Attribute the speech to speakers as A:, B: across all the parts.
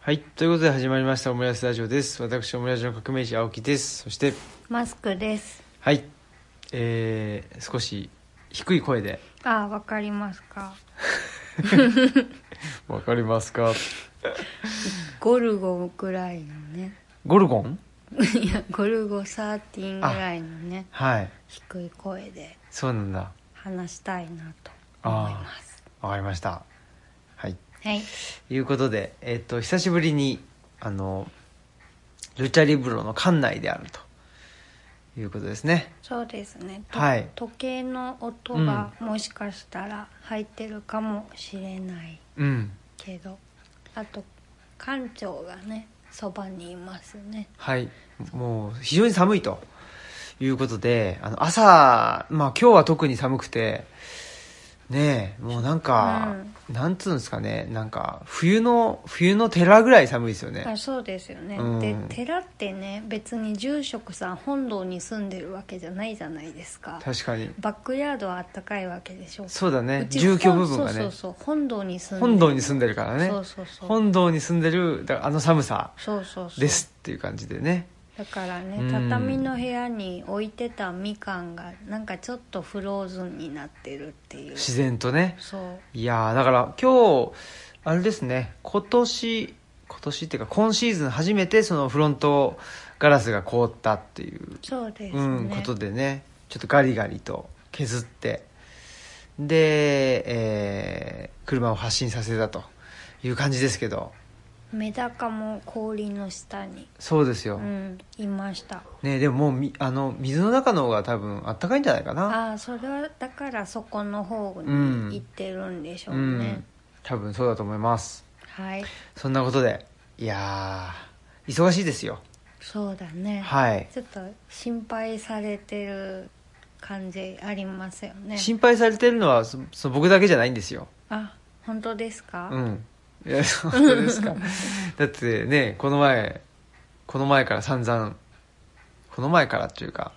A: はい。ということで始まりましたオムライスラジオです。私、オムライスの革命児、青木です。そして、
B: マスクです。
A: はい。えー、少し低い声で、
B: あー、わかりますか。
A: わかりますか
B: ゴルゴぐらいのね。
A: ゴルゴン
B: いや、ゴルゴ13ぐらいのね、
A: はい。
B: 低い声で
A: そうなんだ。
B: 話したいなと思い
A: あ
B: ます。
A: あ、わかりました。はい。
B: はい。
A: ということで、えっ、と、久しぶりに、あの、ルチャリブロの館内であるということですね。
B: そうですね。と
A: はい
B: 時計の音がもしかしたら入ってるかもしれない
A: うん。
B: けど、あと、館長がね、そばにいますね。
A: はい、もう非常に寒いということで、あの朝、まあ今日は特に寒くて、ねえ、もうなんか、なんつうんですかね、なんか冬の、冬の寺ぐらい寒いですよね
B: あ。そうですよね、
A: うん
B: で寺ってね別に住職さん本堂に住んでるわけじゃないじゃないですか
A: 確かに。
B: バックヤードはあったかいわけでしょう
A: そうだね、
B: ち
A: 住居
B: 本
A: 部分が
B: そうそ
A: ね
B: う、そう本堂に住んでる
A: 本堂に住んでるからね
B: そう、そうそう
A: 本堂に住んでる、だからあの寒さ
B: そうそうそう
A: ですっていう感じでね。
B: だからね
A: うん
B: 畳の部屋に置いてたみかんがなんかちょっとフローズンになってるっていう
A: 自然とね。
B: そう
A: いやーだから今日あれですね今年今年っていうか今シーズン初めてそのフロントガラスが凍ったっていう、
B: そうですね、
A: うん、ことでねちょっとガリガリと削ってで、えー車を発進させたという感じですけど
B: メダカも氷の下に、
A: そうですよ、
B: うん、いました
A: ね、でももうみあの水の中の方が多分あったかいんじゃないかな
B: ああそれはだからそこの方に
A: うん
B: 行ってるんでしょ
A: う
B: うね、
A: ん多分そうだと思います
B: はい
A: そんなことでいやー忙しいですよ
B: そうだね、
A: はい
B: ちょっと心配されてる感じありますよね
A: 心配されてるのはそその僕だけじゃないんですよ。
B: あ本当ですか、
A: うん。いや、本当です か。だってね、この前、この前から散々、この前からっていうか、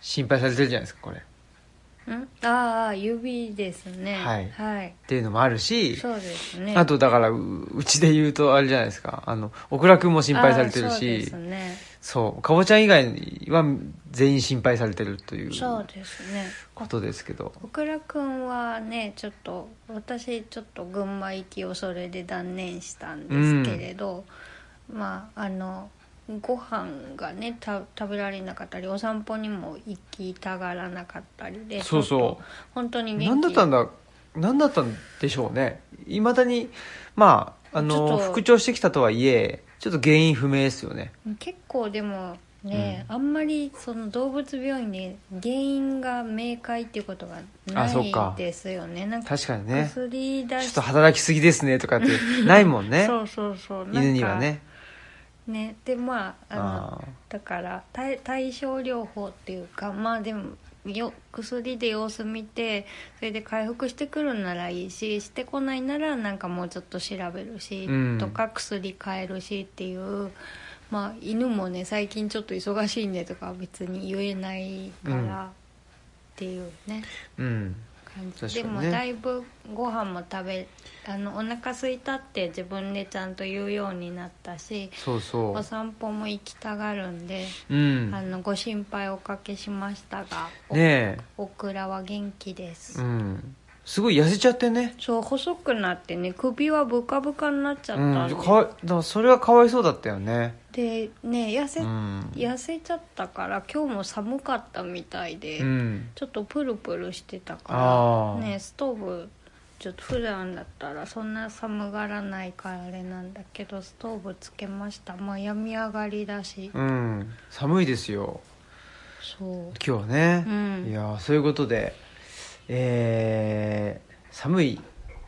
A: 心配されてるじゃないですか、これ。っ
B: うんああ指ですね
A: はい
B: はい、
A: ていうのもあるし、
B: そうですね
A: あとだからう、うちで言うとあれじゃないですか、あの、小倉くんも心配されてる
B: ああそうで
A: し
B: す、ね
A: そう、かぼちゃん以外は全員心配されてるという
B: そうですね
A: ことですけど、
B: 小倉君はねちょっと私ちょっと群馬行きをそれで断念したんですけれど、まああのご飯がねた食べられなかったりお散歩にも行きたがらなかったりで
A: そうそう
B: ちょっと本当に元気
A: 何だったんだ何だったんでしょうねいまだにまああ
B: ちょ
A: の
B: っと
A: 復調してきたとはいえちょっと原因不明ですよね
B: 結構でもね、あんまりその動物病院で原因が明快っていうことが
A: あ
B: な
A: そうか
B: いですよねなんか
A: 確かにねちょ
B: 薬出
A: っ
B: し
A: と働きすぎですねとかってないもんね
B: そうそうそうなんか
A: 犬にはね
B: ねでまああの
A: あ
B: だから対対症療法っていうかまあでもよ薬で様子見てそれで回復してくるならいいししてこないならなんかもうちょっと調べるし、
A: うん
B: とか薬変えるしっていう。まあ、犬もね最近ちょっと忙しいねとか別に言えないか
A: うん
B: らっていうね、
A: ーうん
B: 感じ
A: 確か
B: で
A: にね
B: もだいぶご飯も食べあのお腹空いたって自分でちゃんと言うようになったし
A: そうそ
B: お散歩も行きたがるんで、
A: ううん
B: あ
A: ね
B: のご心配おかけしましたが、お
A: え
B: オクラは元気です、
A: うんすごい痩せちゃってね
B: そう細くなってね首はブカブカになっちゃ
A: う
B: ったん
A: ん
B: で,、
A: かわいだからそれはかわいそうだったよね
B: でね痩せ、
A: うん
B: 痩せちゃったから今日も寒かったみたいで、
A: うん
B: ちょっとプルプルしてた
A: あ
B: か
A: ー
B: らねストーブちょっと普段だったらそんな寒がらないからあれなんだけどストーブつけましたまあ病み上がりだし、
A: うん寒いですよ
B: そう
A: 今日はね、
B: うん
A: いやーそういうことで、えー寒い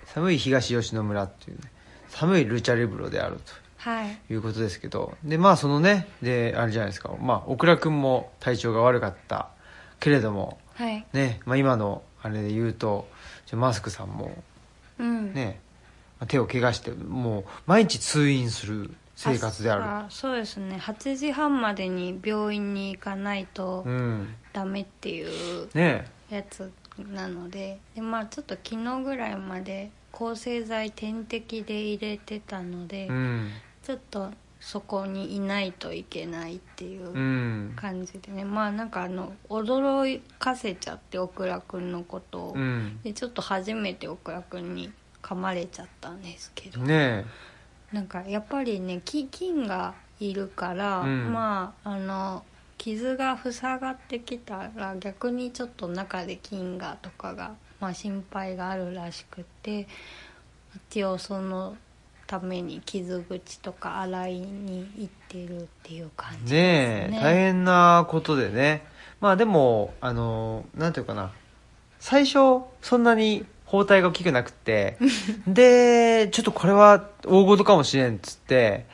A: 寒い東吉野村っていうね寒いルチャリブロである
B: はい
A: ということですけどでまあそのねであれじゃないですかまあ小倉君も体調が悪かったけれども
B: はい
A: ね、まあ、今のあれで言うとじゃあマスクさんも
B: うん
A: ねまあ手を怪我してもう毎日通院する生活であ
B: 朝そうですね8時半までに病院に行かないと
A: るうん
B: ダメっていう
A: ね
B: やつなのででまあちょっと昨日ぐらいまで抗生剤点滴で入れてたので、
A: うん
B: ちょっとそこにいないといけないっていううん感じでね、まあなんかあの驚かせちゃってオクラくんのことを、
A: うん
B: でちょっと初めてオクラくんに噛まれちゃったんですけど、
A: ね
B: なんかやっぱりねき菌がいるから、
A: うん
B: まああの傷が塞がってきたら逆にちょっと中で菌がとかが、まあ、心配があるらしくて一応そのために傷口とか洗いに行ってるっていう感
A: え
B: じで
A: ねえ
B: すね。
A: 大変なことでねまあでもあのなんていうかな最初そんなに包帯が大きくなく てでちょっとこれは大事かもしれんっつって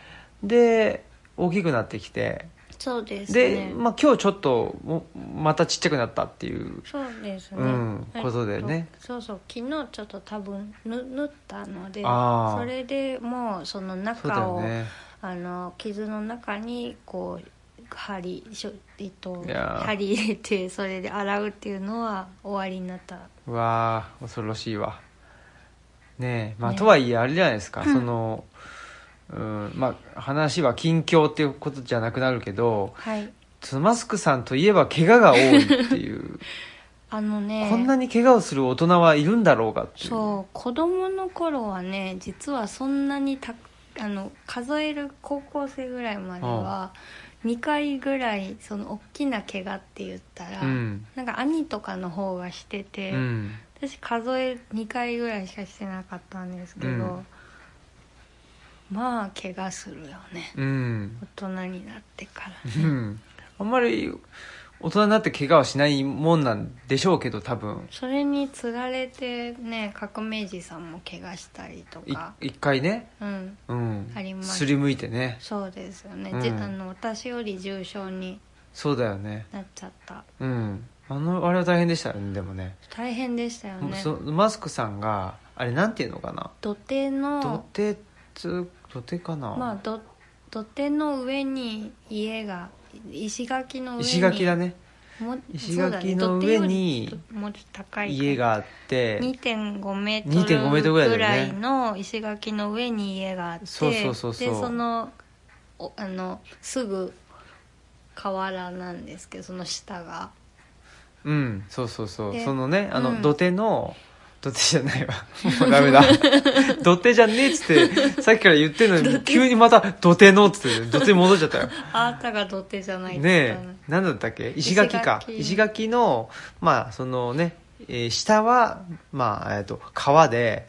A: で大きくなってきて
B: そうです
A: で、
B: ね。
A: まあ、今日ちょっともまたちっちゃくなったっていう
B: そうですね。
A: うん
B: えっ
A: ことでね。
B: そうそう、昨日ちょっと多分ぬ縫ったので、
A: あー
B: それでもうその
A: そうだ
B: 中
A: よ
B: を、
A: ね
B: あの傷の中にこう針しょえっと
A: いやー
B: 針入れてそれで洗うっていうのは終わりになった
A: うわあ恐ろしいわねえまあ、
B: ね
A: とはいえあれじゃないですか、そのうんまあ話は近況っていうことじゃなくなるけど
B: はい
A: そのマスクさんといえば怪我が多いっていう
B: あのね
A: こんなに怪我をする大人はいるんだろうかっていう
B: そう子供の頃はね実はそんなにたあの数える高校生ぐらいまでは2回ぐらいその大きな怪我って言ったら、
A: うん
B: なんか兄とかの方がしてて、
A: うん
B: 私数え2回ぐらいしかしてなかったんですけど、
A: うん
B: まあ怪我するよね
A: うん
B: 大人になってから
A: うんあんまり大人になって怪我はしないもんなんでしょうけど多分
B: それにつられてね革命児さんも怪我したりと
A: い
B: か
A: 一回ね
B: うん
A: うん
B: あります
A: すりむいてね
B: そうですよね、
A: うん
B: じあの私より重症に
A: そうだよね
B: なっちゃった
A: うんあのあれは大変でしたよねでもね
B: 大変でしたよね
A: そマスクさんがあれなんていうのかな
B: 土
A: 土
B: 手の
A: 手つ土手かな、
B: まあど土手の上に家が石垣の上に
A: 石垣だね
B: も
A: 石垣の上に
B: そうだね土手よりもうちょっと高いか
A: 家があって
B: 2.5メ
A: 2.5メー
B: ー
A: ト
B: ト
A: ル
B: ル
A: ぐらいだよね
B: ぐらいの石垣の上に家があって
A: そうそうそうそう
B: でそのおあのすぐ河原なんですけどその下が
A: うんそうそうそう
B: で
A: そのねあの、
B: うん
A: 土手の土手じゃないわもうダメだ土手じゃねえっつってさっきから言ってるのに急にまた土手のっつって土手に戻っちゃったよ
B: あなたが土手じゃない
A: ね
B: って言ったの
A: え何だったっけ石垣か石
B: 石
A: 垣
B: 垣
A: のまあそのね、えー下はまあ、えー、と川で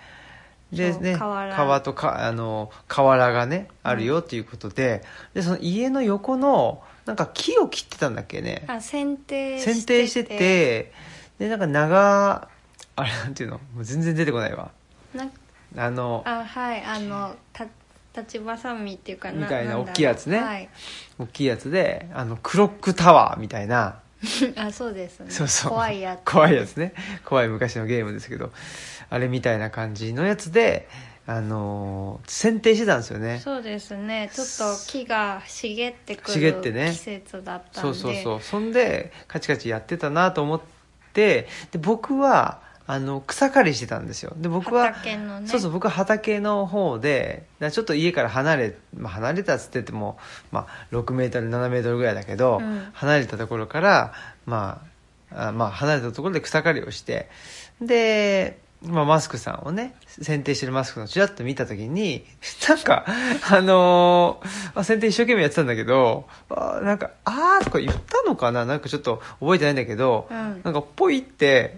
A: で、
B: そう
A: ね、
B: 河原
A: 川とかあの河原がねあるよっていうことで,、でその家の横のなんか木を切ってたんだっけね
B: あ剪定
A: 剪定しててでなんか長あれなんていうのもう全然出てこないわ
B: なん
A: あの
B: あはいあのた立ちばさみっていうか
A: みたいなん
B: だろう
A: 大きいやつね
B: はい
A: 大きいやつであのクロックタワーみたいな
B: あそうですね
A: そうそう
B: 怖いやつ
A: 怖いやつね怖い昔のゲームですけどあれみたいな感じのやつであのー剪定してたんですよね
B: そうですねちょっと木が茂ってく
A: 茂
B: る
A: ってね
B: 季節だったん
A: そ
B: で
A: うそうそうそんでカチカチやってたなと思ってで僕はあの草刈りしてたんですよで僕は
B: 畑のね
A: そうそう僕は畑の方でだからちょっと家から離れ、まあ、離れたっつってても、まあ、6メートル7メートルぐらいだけど、
B: うん
A: 離れたところから、まあ、あまあ離れたところで草刈りをしてで、まあ、マスクさんをね剪定してるマスクのちらっと見た時に なんかあのーまあ剪定一生懸命やってたんだけどあーなんか「あー」とか言ったのかななんかちょっと覚えてないんだけど、
B: うん
A: なんかポイって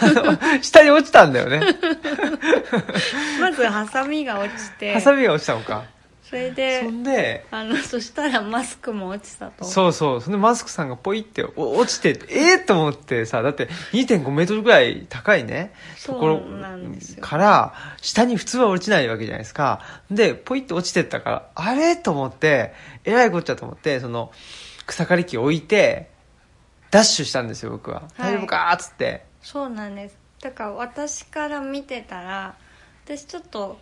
A: あの下に落ちたんだよね。
B: まずハサミが落ち て
A: ハサミが落ちたのか。
B: それで
A: そんで、
B: あのそしたらマスクも落ちたと
A: そうそう、そんでマスクさんがポイってお落ちて、えー、と思ってさ、だって2.5メートルぐらい高いね、ところ
B: そうなんですよ
A: から、下に普通は落ちないわけじゃないですか。で、ポイって落ちてったから、あれと思って、えらいこっちゃと思って、その、草刈り機置いて、ダッシュしたんですよ、僕は。
B: はい
A: 大丈夫かーっつって。
B: そうなんですだから私から見てたら私ちょっと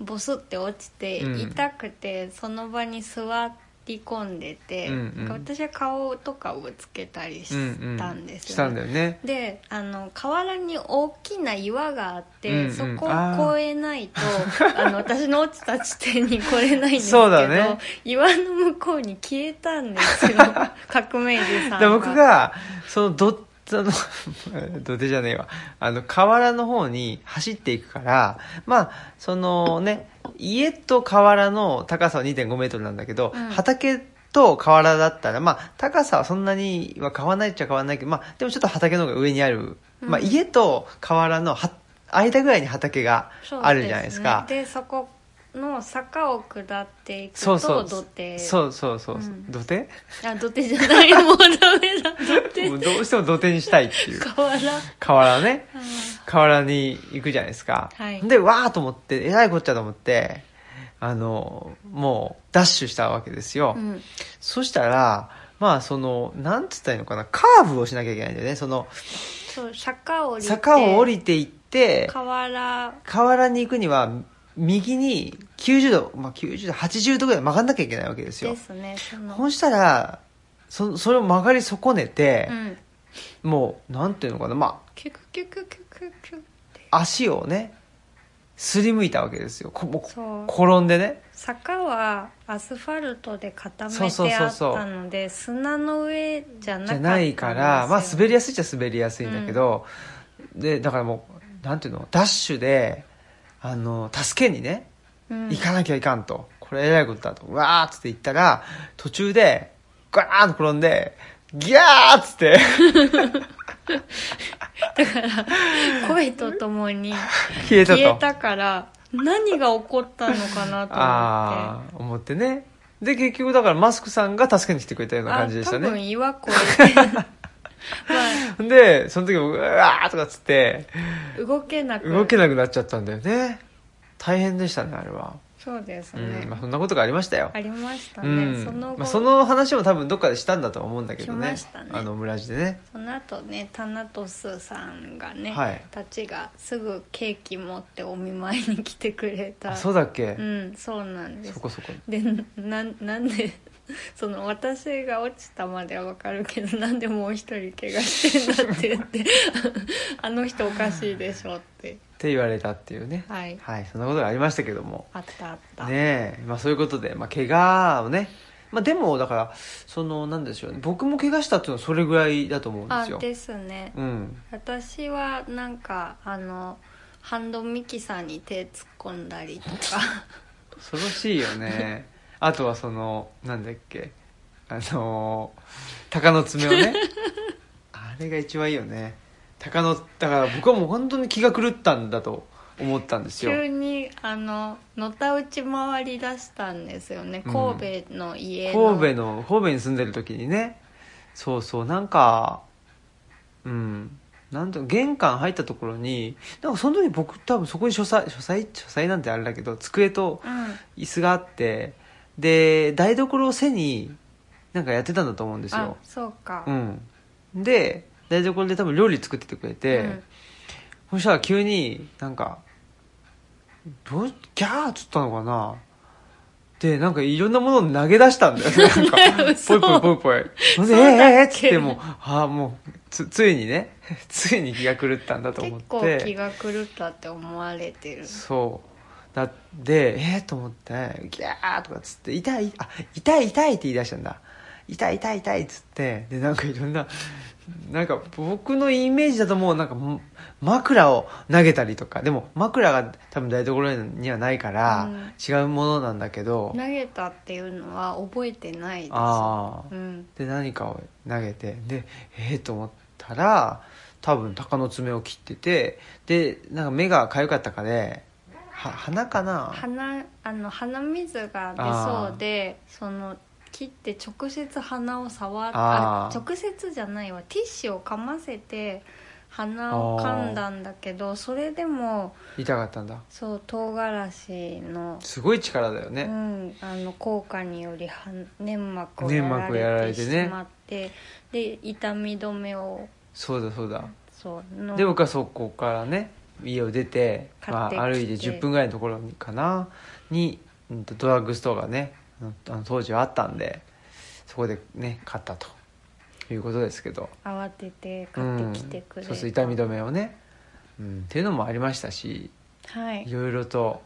B: ボスって落ちて
A: うん
B: 痛くて、その場に座っり込んでて、
A: うんうん
B: 私は顔とかをつけたりしたんです
A: し
B: よ、ね
A: たんだよね
B: であの河原に大きな岩があって、
A: うんうん
B: そこ
A: あ
B: を
A: ー
B: 越えな いとあの私の落ちた地点に来れないんですけ
A: そ
B: ど、
A: うだね
B: 岩の向こうに消えたんです よ革命児さん
A: で
B: が
A: 僕がそのどその 土手じゃねえわあの河原の方に走っていくからまあそのね家と河原の高さは2 5メートルなんだけど、
B: うん
A: 畑と河原だったらまあ高さはそんなには変わらないっちゃ変わらないけどまあでもちょっと畑の方が上にある、
B: うん
A: まあ家と河原のは間ぐらいに畑が
B: そう
A: あるじゃないですか
B: で,、ね、でそこの坂を下っていく
A: そ
B: と
A: うそう
B: 土手
A: そうそうそうそう、
B: うん
A: 土手
B: あ土手じゃないもうダメだ土手
A: もうどうしても土手にしたいっていう
B: 河原
A: 河原ね
B: あー
A: 河原に行くじゃないですか、
B: はい
A: でわーと思ってえらいこっちゃと思ってあのもうダッシュしたわけですよ、
B: うん
A: そしたらまあそのなんつったらいいのかなカーブをしなきゃいけないんだよねその
B: そう坂を降りて
A: 坂を降りていって
B: 河原
A: 河原に行くには右に90度、まあ、90度80度ぐらい曲がんなきゃいけないわけですよ
B: ですねその
A: そうしたらそそれを曲がり損ねて
B: う、ん
A: もうなんていうのかなまあ
B: キュクキュクキュクキュク
A: 足をねすりむいたわけですよこもう
B: そう
A: 転んでね
B: 坂はアスファルトで固め
A: そうそう
B: て
A: そ
B: あ
A: う
B: っ
A: そう
B: たので砂の上じゃな
A: じ
B: かった
A: ゃ
B: ん
A: ないからまあ滑
B: り
A: りやすいっちゃ滑りやすいんだけど、でだからもうなんていうのダッシュであの助けにね行かなきゃいかんとこれえらいことだとうわーっつって行ったら途中でガーンと転んでギャーっつって
B: 声とと もに
A: 消えたと
B: 消えたから何が起こったのかなと思って
A: ああ思ってねで結局だからマスクさんが助けに来てくれたような感じでした
B: あ多
A: ね
B: 分岩 越えてま
A: でその時僕うわーとかっつって
B: あ動けなく
A: 動けなくなっちゃったんだよね大変でしたねあれは、
B: そうです
A: う
B: ね、
A: んまあ、そんなことがありましたよ
B: ありました
A: う
B: ね、
A: ん
B: その後、
A: まあ、その話も多分どっかでしたんだとは思うんだけどね
B: しましたね
A: あの村地でね
B: その後ねタナトスさんがね、
A: はい
B: たちがすぐケーキ持ってお見舞いに来てくれた
A: あそうだっけ、
B: うんそうなんで
A: そ
B: す
A: こそこ
B: でなんなんで その私が落ちたまではわかるけど なんでもう一人怪我してんだって言って あの人おかしいでしょって
A: って言われたっていうね
B: はい
A: そんなことがありましたけども
B: あったあった、
A: ねえ、まあ、そういうことで、まあ、怪我をねまあでもだからそのなんでしょうね僕も怪我したっていうのはそれぐらいだと思うんで
B: あ
A: すよ
B: ですね
A: うん
B: 私はなんかあのハンドミキサーに手突っ込んだりとか
A: 恐ろしいよねあとはそのなんだっけあのー鷹の爪をねあれが一番いいよね鷹のだから僕はもう本当に気が狂ったんだと思ったんですよ
B: 急にあののたうち回りだしたんですよね
A: うん
B: 神戸の家の、
A: 神戸の神戸に住んでる時にねそうそうなんかうんなんと玄関入ったところになんかその時僕多分そこに書斎書斎書斎なんてあれだけど机と
B: うん
A: 椅子があってで台所を背になんかやってたんだと思うんです
B: あ
A: よ、
B: そうか、
A: うん、で台所で多分料理作っててくれて、
B: うん
A: そしたら急になんかどうギャーっつったのかなでなんかいろんなものを投げ出したんだよ なんかぽ
B: 嘘
A: いぽいぽいぽいほんで「え
B: そうだ
A: ええ
B: っけ
A: っつってもうああもうつついにね ついに気が狂ったんだと思っ
B: 結
A: て
B: 構気が狂ったって思われてる
A: そうだでえー、と思ってギャーとかっつって痛いあ痛い痛いって言い出したんだ痛い痛い痛いっつってでなんかいろんななんか僕のイメージだともうなんかも枕を投げたりとかでも枕が多分台所にはないから、
B: うん
A: 違うものなんだけど
B: 投げたっていうのは覚えてないです
A: ああ
B: うん
A: で何かを投げてでえー、と思ったら多分鷹の爪を切っててでなんか目が痒かったかでは鼻かな
B: 鼻あの鼻水が出そうでその切って直接鼻を触っ
A: あ
B: あ
A: ー
B: 直接じゃないわティッシュをかませて鼻を噛んだんだけどそれでも
A: 痛かったんだ
B: そう唐辛子の
A: すごい力だよ
B: う
A: ね、
B: ん、あの効果によりは粘膜を
A: 粘膜を
B: や
A: や
B: ら
A: ら
B: れ
A: れ
B: て
A: て
B: し
A: ね
B: まってで痛み止めを
A: そうだそうだ、
B: そうの
A: で僕はそこからね家を出て
B: 買ってきて
A: まあ、歩いて10分ぐらいのところにかなに、うんと、ドラッグストアがねあの当時はあったんでそこでね買ったということですけど
B: 慌てて
A: う
B: 買っ
A: ん
B: てきてくれた、
A: そうそう痛み止めをね、うん、っていうのもありましたし
B: はい
A: いろいろと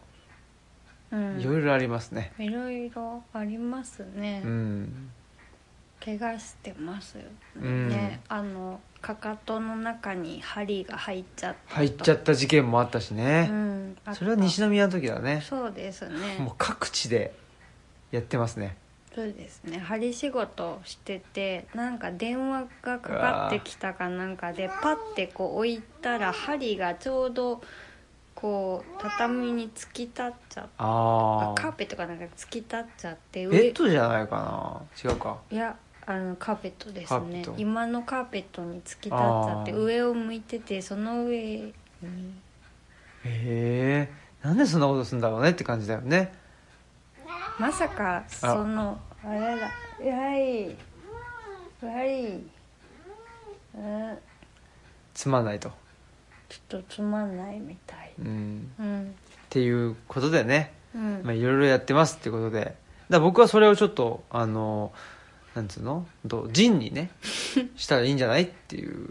B: うん
A: いろいろありますね
B: いろいろありますね、
A: うん
B: 怪我してますよね、
A: うん
B: あのかかとの中に針が入っちゃった
A: 入っちゃった事件もあったし
B: た
A: ね
B: う、ん、あった
A: それは西宮の時だね
B: そうです
A: も
B: ね
A: う各地でやってますね
B: そうですね針仕事をしててなんか電話がかかってきたかなんかでパッてこう置いたら針がちょうどこう畳に突き立っちゃっ
A: あ
B: あカー
A: あ
B: ペットかなんか突き立っちゃって
A: ベ
B: 上
A: ッドじゃないかな違うか
B: いやあのカーペットです
A: カーペ
B: ね
A: ット
B: 今のカーペットに突き立っちゃって
A: あー
B: 上を向いててその上に
A: へえなんでそんなことするんだろうねって感じだよね
B: まさかそのあれだはいはいうん
A: つまんないと、
B: ちょっとつまんないみたい
A: うん、
B: うん
A: っていうことでね
B: うん、
A: まあいろいろやってますってことでだから僕はそれをちょっとあのなんつうのと陣にねしたらいいんじゃないっていう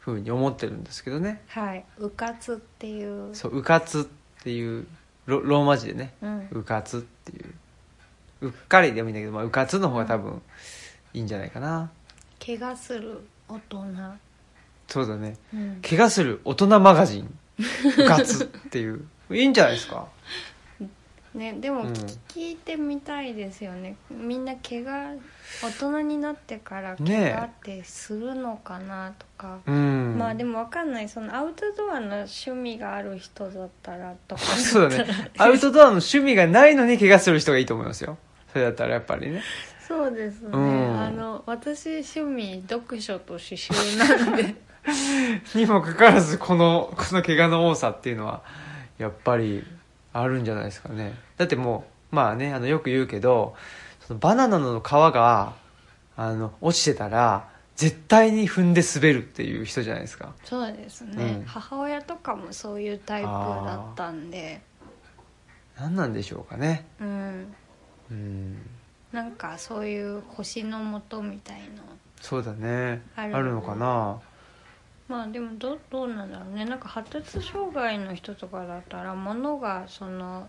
A: ふうに思ってるんですけどね
B: はい「うかつ」っていう
A: そう「うかつ」っていうロローマ字でね
B: うん
A: うかつっていううっかりでもいいんだけど、まあ、うかつの方が多分いいんじゃないかな
B: 怪我する大人
A: そうだね
B: うん
A: 怪我する大人マガジンうかつっていういいんじゃないですか
B: ねでも
A: うん
B: 聞,、聞いてみたいですよねみんな怪我大人になってから
A: ねえ
B: 怪我ってするのかなとか、
A: うん
B: まあでもわかんないそのアウトドアの趣味がある人だったらとか
A: そうだねアウトドアの趣味がないのに怪我する人がいいと思いますよそれだったらやっぱりね
B: そうですね、
A: うん
B: あの私趣味読書と刺繍なんで
A: にもかかわらずこの この怪我の多さっていうのはやっぱりあるんじゃないですかねだってもうまあねあのよく言うけどそのバナナの皮があの落ちてたら絶対に踏んで滑るっていう人じゃないですか
B: そうですね、
A: うん
B: 母親とかもそういうタイプだったんで
A: 何なんでしょうかね
B: うん
A: うん
B: なんかそういう星のもとみたいの
A: そうだね
B: あ
A: あ
B: る
A: るのかな
B: まあでもどどうなんだろうねなんか発達障害の人とかだったら物がその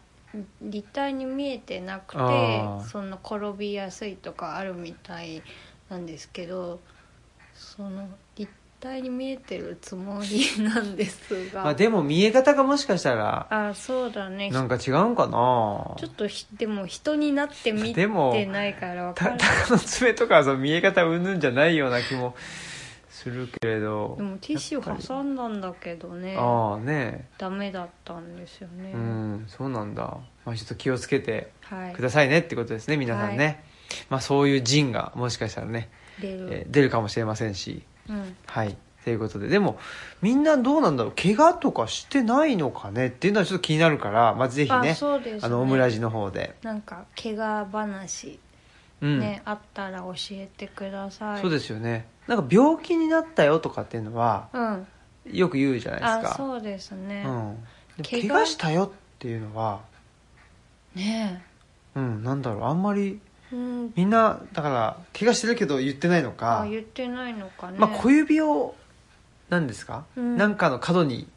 B: 立体に見えてなく
A: あ
B: て
A: ー
B: その転びやすいとかあるみたいなんですけどその立体に見えてるつもりなんですが、
A: まあ、でも見え方がもしかしたら
B: あそうだね
A: なんか違うんかな
B: ちょっとひでも人になって見
A: でも
B: てないから分か
A: た
B: る
A: 鷹の爪とかはその見え方うんぬんじゃないような気もするけれど
B: でもティッシ
A: やっぱ
B: ュ
A: り
B: 挟んだんだけどね
A: ああね
B: ダメだったんですよね、
A: うんそうなんだ、まあ、ちょっと気をつけて
B: はい
A: くださいねってことですね皆さんね、
B: は
A: まあ、そういう陣がもしかしたらね、
B: 出る、
A: えー出るかもしれませんし
B: うん
A: はいということででもみんなどうなんだろう怪我とかしてないのかねっていうのはちょっと気になるから、まあ、ぜひね
B: あそうですね
A: あのオムラジの方で、
B: なんか怪我話
A: うん
B: ね、あったら教えてください
A: そうですよねなんか病気になったよとかっていうのは
B: うん
A: よく言うじゃないですか
B: あそうですね、
A: うん、で
B: 怪我
A: 怪我したよっていうのは、
B: ね
A: うん、なんだろうあんまり
B: えうん
A: みんなだから怪我してるけど言ってないのか
B: あ言ってないのかね
A: まあ、小指を何ですか、
B: うん
A: なんかの角に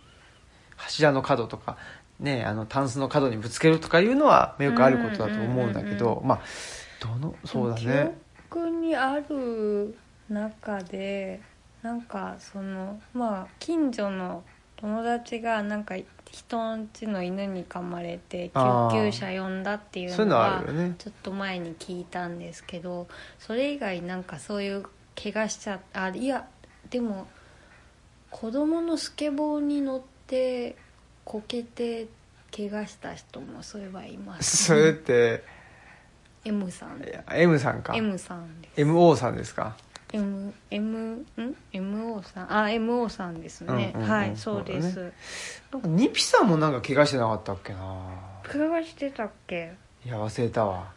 A: 柱の角とか、ね、あのタンスの角にぶつけるとかいうのはまあよくあることだと思うんだけど、
B: うんうんうん
A: まあどのそうだ
B: でも
A: ね
B: 記憶にある中でなんかそのまあ近所の友達がなんか人んちの犬に噛まれて
A: あー
B: 救急車呼んだっていう
A: そういう
B: の
A: のは
B: は
A: あるよね
B: ちょっと前に聞いたんですけどそれ以外なんかそういう怪我しちゃあいやでも子供のスケボーに乗ってこけて怪我した人もそういえばいます
A: それって
B: M さん
A: いや M さんか
B: M さんです
A: MO さんですか
B: M M ん MO さんあ MO さんですね、
A: うんうんうん
B: はいそうです
A: そニピさんもなんか怪我してなかったっけな
B: 怪我してたっけ
A: いや忘れたわ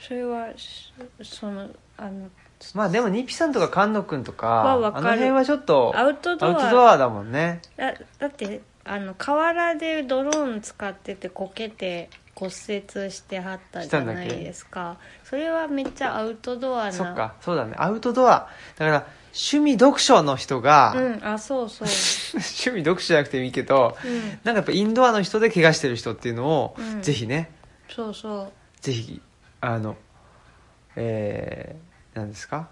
B: それはしそのあの
A: まあでもニピさんとか菅野君と
B: は
A: か
B: わか
A: あ
B: る
A: の辺はちょっと
B: アウトドア
A: アウトドアだもんね
B: だだってあの河原でドローン使っててこけて骨折してはったじゃないですかそれはめっちゃアウトドアな
A: そっかそうだねアウトドアだから趣味読書の人が、
B: う
A: 趣
B: んあそうそう、
A: 味読書じゃなくてもいいけど
B: うん、
A: なんかやっぱインドアの人で怪我してる人っていうのを、
B: うん
A: ぜひね
B: そうそう
A: ぜひあのえー、なんですか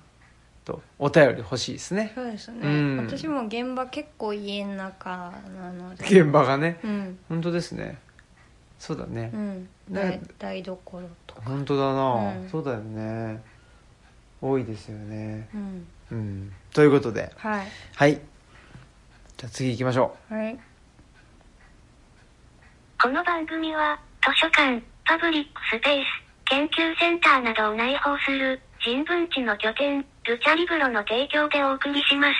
A: とお便り欲しいですね
B: そうですね、
A: うん
B: 私も現場結構家の中なので
A: 現場がね
B: うん
A: 本当ですねそうだね、
B: うん
A: ね
B: 台台所とか
A: 本当だな、
B: うん
A: そうだよね多いですよね
B: うん
A: うんということで
B: はい
A: はいじゃあ次行きましょ
B: はい
C: この番組は、図書館、パブリックスペース、研究センターなどを内包する、人文地の拠点、ルチャリブロの提供でお送りします。
A: う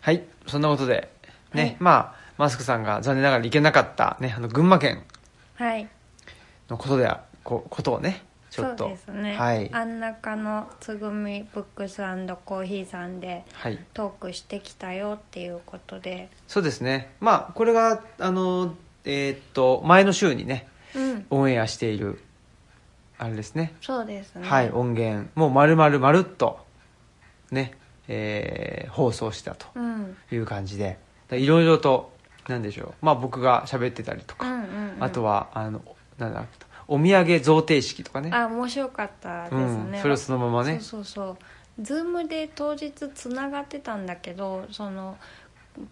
A: はいそんなことでね、
B: はい
A: まあマスクさんが残念ながら行けなかった、ね、あの群馬県
B: はい
A: のことではこことをねちょっと
B: そうですね、
A: はい、
B: あん中のつぐみブックスコーヒーさんで
A: はい、
B: トークしてきたよっていうことで
A: そうですねまあこれがあのえーっと前の週にね
B: うん
A: オンエアしているあれですね
B: そうですね
A: はい、音源もう丸々まるっとね、えー放送したと
B: うん、うん
A: いう感じでいろいろとなんでしょう、まあ、僕が喋ってたりと
B: う
A: か、
B: んうん
A: あとはあのなんだお土産贈呈式とかね
B: あ面白かったです
A: う
B: ね、
A: ん、それをそのままね
B: そうそうそうズームで当日つながってたんだけどその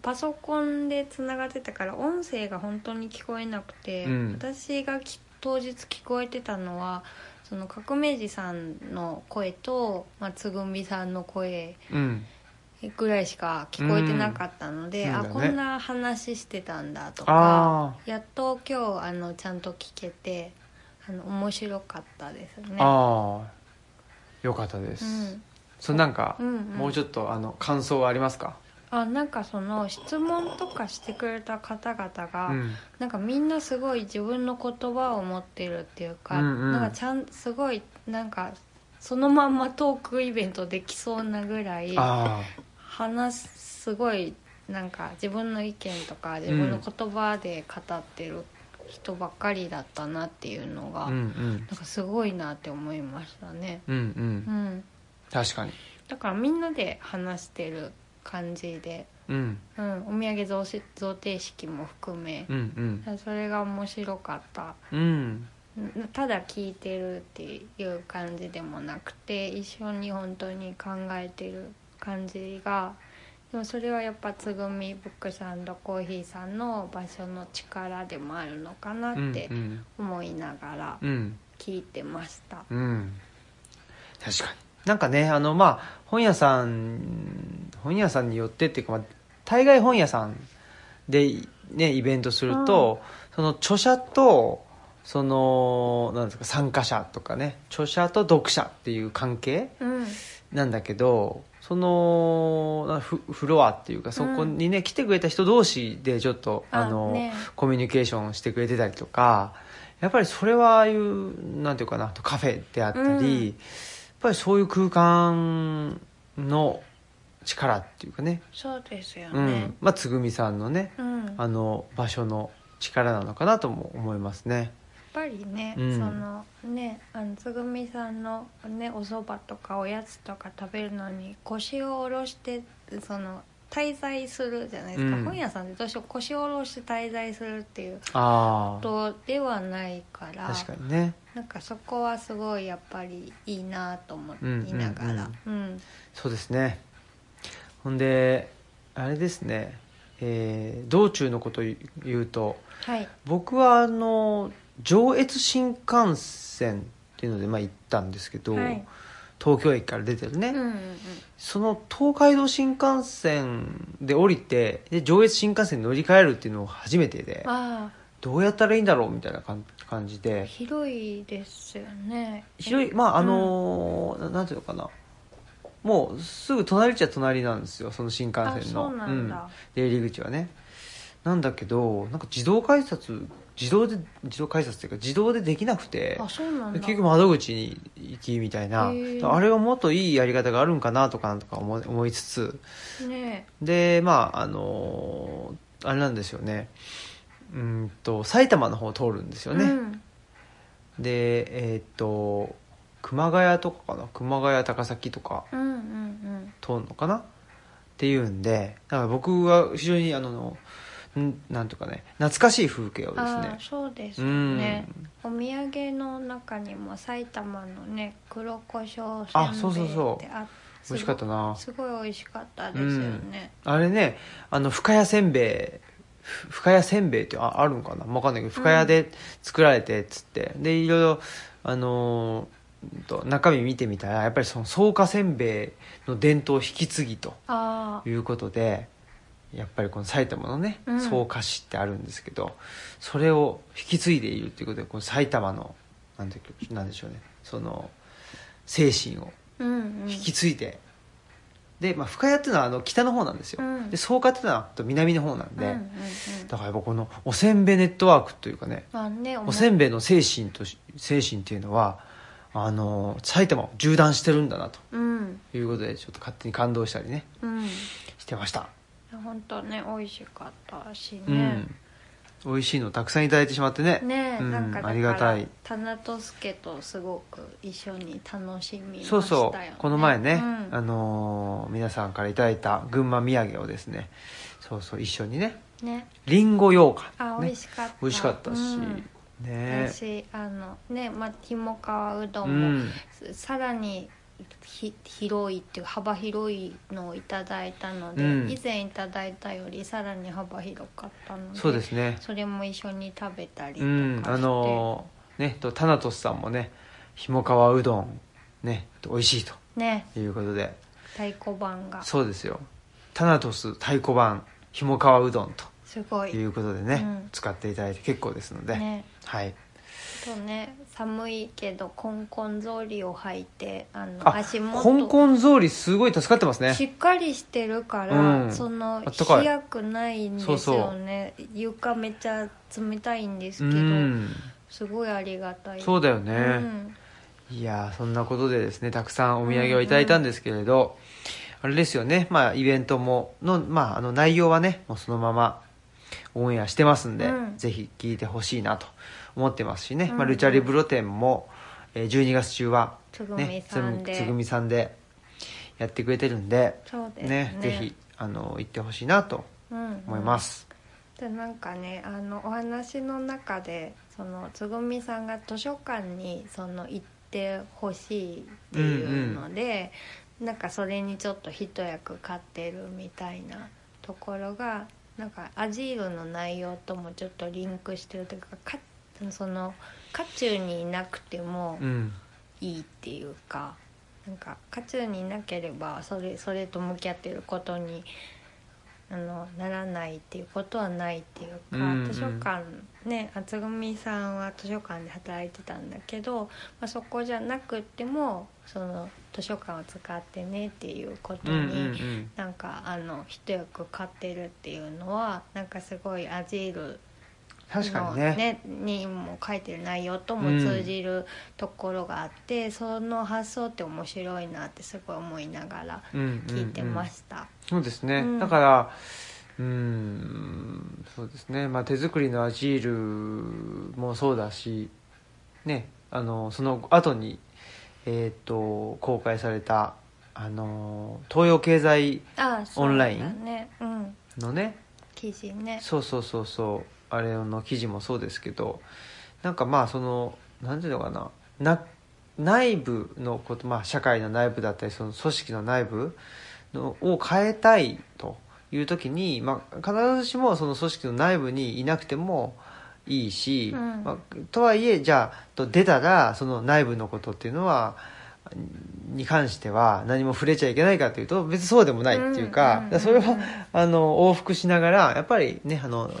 B: パソコンでつながってたから音声が本当に聞こえなくて、
A: うん
B: 私がき当日聞こえてたのはその革命児さんの声と、まあ、つぐみさんの声
A: うん
B: ぐらいしか聞こえてなかったので、
A: うん
B: あ
A: そうだ
B: こ
A: ね
B: んな話してたんだと
A: あ
B: かやっと今日あのちゃんと聞けてあの面白かったですね。
A: ああよかったです、
B: うん
A: そのなんか、
B: うんうん
A: もうちょっとあの感想はありますか、
B: あなんかその質問とかしてくれた方々が、
A: うん、
B: なんかみんなすごい自分の言葉を持ってるっていうか、
A: うんうん
B: なんかちゃんすごいなんかそのまんまトークイベントできそうなぐらい
A: ああ
B: 話すすごいなんか自分の意見とか自分の言葉で語ってる人ばっかりだったなっていうのが、
A: うんう
B: なん
A: ん
B: かすごいなって思いましたね。
A: うんう
B: うんん、
A: 確かに
B: だからみんなで話してる感じで
A: うん
B: うん、お土産贈し贈呈式も含め
A: う、ん
B: それが面白かった
A: うんうん
B: んただ聞いてるっていう感じでもなくて一緒に本当に考えてる感じがでもそれはやっぱつぐみブックさんとコーヒーさんの場所の力でもあるのかなって
A: うん
B: 思いながら
A: うんうん
B: 聞いてました。
A: うん確かになんかねあのまあ本屋さん本屋さんによってっていうか、まあ、大概本屋さんで、ね、イベントすると、その著者とそのなんですか参加者とかね著者と読者っていう関係
B: うん、
A: なんだけどそのなフフロアっていうかそこにね、来てくれた人同士でちょっとあの、
B: ね
A: コミュニケーションしてくれてたりとかやっぱりそれはああいうなんていうかなカフェであったり、
B: うん
A: やっぱりそういう空間の力っていうかね
B: そうですよ
A: うん
B: ね、
A: まあ、つぐみさんのね
B: うん
A: あの場所の力なのかなとも思いますね。
B: やっぱりね、
A: うん
B: そのねあのつぐみさんのねお蕎麦とかおやつとか食べるのに腰を下ろしてその滞在するじゃないですか、
A: うん
B: 本屋さんでどうしても腰を下ろして滞在するっていう
A: あ
B: こ
A: あ
B: とではないから
A: 確かにね
B: なんかそこはすごいやっぱりいいなと思って
A: うん
B: いながらうん
A: そうですねほんであれですね、えー道中のことを言うと
B: はい
A: 僕はあの上越新幹線っていうので、まあ、行ったんですけど、
B: はい
A: 東京駅から出てるね、
B: うんうん
A: その東海道新幹線で降りてで上越新幹線に乗り換えるっていうのを初めてで
B: あ
A: どうやったらいいんだろうみたいな感感じ
B: あ
A: で
B: 広いですよね
A: 広いまああのーななんていうのかなもうすぐ隣っちゃ隣なんですよその新幹
B: あ
A: 線の
B: そうなんだ、
A: 出入り口はねなんだけどなんか自動改札自動で自動改札っていうか自動でできなくて
B: あそうなんだ
A: 結局窓口に行きみたいな
B: へー
A: あれはもっといいやり方があるんかなとかなんとか思い思いつつ
B: ね
A: でまああのーあれなんですよねうーんと埼玉の方を通るんですよね、
B: うん
A: でえーっと熊谷とかかな熊谷高崎とか
B: うんうん
A: 通るのかなっていうんでだから僕は非常にあのんなんとかね懐かしい風景を
B: うん
A: です
B: ああ
A: ね
B: そうです
A: う
B: よ
A: ん
B: ねお土産の中にも埼玉のね黒胡椒
A: あ
B: せ
A: そ
B: ん
A: うそう
B: べい
A: そ
B: っ
A: う
B: てあ
A: 美味しかったな
B: すごい美味しかったですよね、
A: あれねあの深谷せんべいふ深谷せんべいってああるのかなわかんないけど深谷で作られてっつって、でいろいろあのーうんと中身見てみたらやっぱりその草加せんべいの伝統を引き継ぎと
B: ああ
A: いうことでやっぱりこの埼玉のね
B: うん
A: 草加市ってあるんですけど、それを引き継いでいるっていうことでこの埼玉のなんていうかなんでしょうねその精神を
B: うんうん
A: 引き継いで、で、まあ、深谷っていうのはあの北の方なんですよ、
B: うん
A: で草加っていうのはあと南の方なんで、
B: うんうんうん
A: だからやっぱこのおせんべいネットワークというかね
B: まあね
A: おせ
B: ん
A: んべいの精神とし精神っていうのはあの埼玉を縦断してるんだなと
B: うん
A: いうことでちょっと勝手に感動したりね
B: うん
A: してました、
B: 本当ね美味しかったし
A: う
B: ね、
A: ん美味しいのたくさんいただいてしまってね
B: ね
A: うん
B: なんかだから
A: ありがたい
B: 棚と助とすごく一緒に楽しみました
A: そ
B: よ、
A: う
B: ね、
A: そうこの前ね、
B: うん
A: あのー皆さんからいただいた群馬土産をですねそうそう一緒にね
B: ね
A: りんご羊
B: あ
A: 羹、ね、
B: 美味しかった、
A: 美味しかったし、
B: うん
A: ね
B: 私あのねまあひもかわうど
A: うん
B: も、
A: ん
B: さらにひ広いっていう幅広いのをいただいたので、
A: うん
B: 以前いただいたよりさらに幅広かったので
A: そうですね
B: それも一緒に食べたりとかして、
A: うんあのーねとタナトスさんもねひもかわうどんねと美味しいと
B: ね
A: いうことで
B: 太鼓判が
A: そうですよタナトス太鼓判ひもかわうどんと
B: すごい
A: いうことでね、
B: うん
A: 使っていただいて結構ですので、
B: ね
A: はい
B: あとね寒いけどコンコン草履を履いてあの
A: あ
B: 足元
A: コンコン草履すごい助かってますね
B: しっかりしてるから、
A: うん
B: その
A: あったかい
B: 冷やくないんですよね床めっちゃ冷たいんです
A: う
B: けど、
A: ん
B: すごいありがたい
A: そうだよね、
B: うん
A: いやーそんなことでですねたくさんお土産をいただいたんですけれど、あれですよねまあイベントもの,、まあ、あの内容はねもうそのままオンエアしてますんで、
B: うん
A: ぜひ聞いてほしいなと思ってますしね、
B: うんう
A: まあ、
B: ん
A: ルチャリブロ店もえー12月中は、
B: つぐみ
A: ね、
B: さんで
A: つぐみさんでやってくれてるんで
B: そうですね、
A: ねぜひあの行ってほしいなと思いますす、
B: うんでなんかねあのお話の中でそのつぐみさんが図書館にその行ってほしいっていうので、なんかそれにちょっと一役買ってるみたいなところがなんかアジールの内容ともちょっとリンクしてるというかかその渦中にいなくても、
A: うん
B: いいっていうかなんか渦中にいなければそれそれと向き合ってることにあのならないっていうことはないっていうか、
A: うんうん
B: 図書館ね厚組さんは図書館で働いてたんだけど、まあ、そこじゃなくってもその図書館を使ってねっていうこと
A: うん
B: に。
A: うんうん
B: なんかあの一役買ってるっていうのはなんかすごいアジール
A: 確かに
B: の
A: ね
B: にも書いてる内容とも通じるところがあって、その発想って面白いなってすごい思いながら
A: うんうんうん
B: 聞いてました、
A: そうですね、
B: うん
A: だからうーんそうですね、まあ、手作りのアジールもそうだしねあのその後にえっ、と公開されたあの東洋経済
B: あそうだねうん
A: のね
B: 記事ね
A: そうそうそうそうあれの記事もそうですけどなんかまあその何ていうのかなな内部のこと、まあ、社会の内部だったりその組織の内部のを変えたいという時に、まあ、必ずしもその組織の内部にいなくてもいいし、
B: うん
A: まあ、とはいえじゃあと出たらその内部のことっていうのはに関しては何も触れちゃいけないかというと別にそうでもないっていうか,、
B: うんうんうんうん
A: それはあの往復しながらやっぱりねあの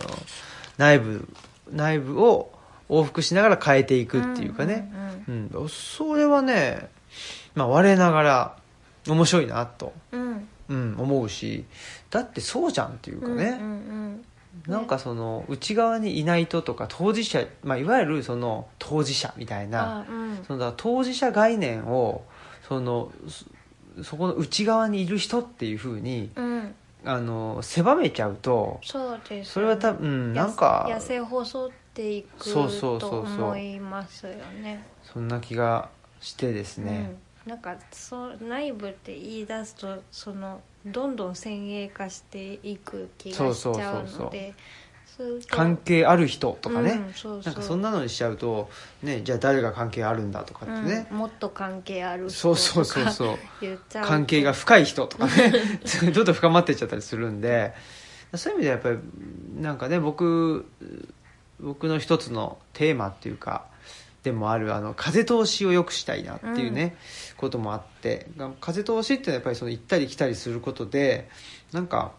A: 内部内部を往復しながら変えていくっていうかね、
B: うん
A: うんそれはね、まあ、我ながら面白いなと、
B: うんうん
A: うん、思うしだってそうじゃんっていうか
B: うん
A: ね、
B: うんうんうん
A: なんかその内側にいないととか当事者、まあ、いわゆるその当事者みたいな。
B: あうん
A: そのだから当事者概念をそのそそこの内側にいる人っていうふうに
B: うん
A: あの狭めちゃうと
B: そうですよね、
A: それは多分、うん、なんか
B: や野生放送っていく
A: そうそうそう
B: と
A: そう
B: 思いますよね。
A: そんな気がしてですね、
B: うん、なんかそう内部って言い出すとそのどんどん先鋭化していく気がしちゃう
A: そうそうそ
B: の
A: うそう
B: でそういうと
A: 関係ある人とかね、
B: うんそうそう
A: なんかそんなのにしちゃうと、ね、じゃあ誰が関係あるんだとかってね、
B: うんもっと関係ある
A: そ
B: 人
A: うそうそう
B: とか
A: そう
B: 言っちゃうと
A: 関係が深い人とかね ちょっと深まってっちゃったりするんでそういう意味ではやっぱりなんかね僕僕の一つのテーマっていうかでもあるあの風通しを良くしたいなっていうね、こともあってが風通しっていうのはやっぱりその行ったり来たりすることでなんか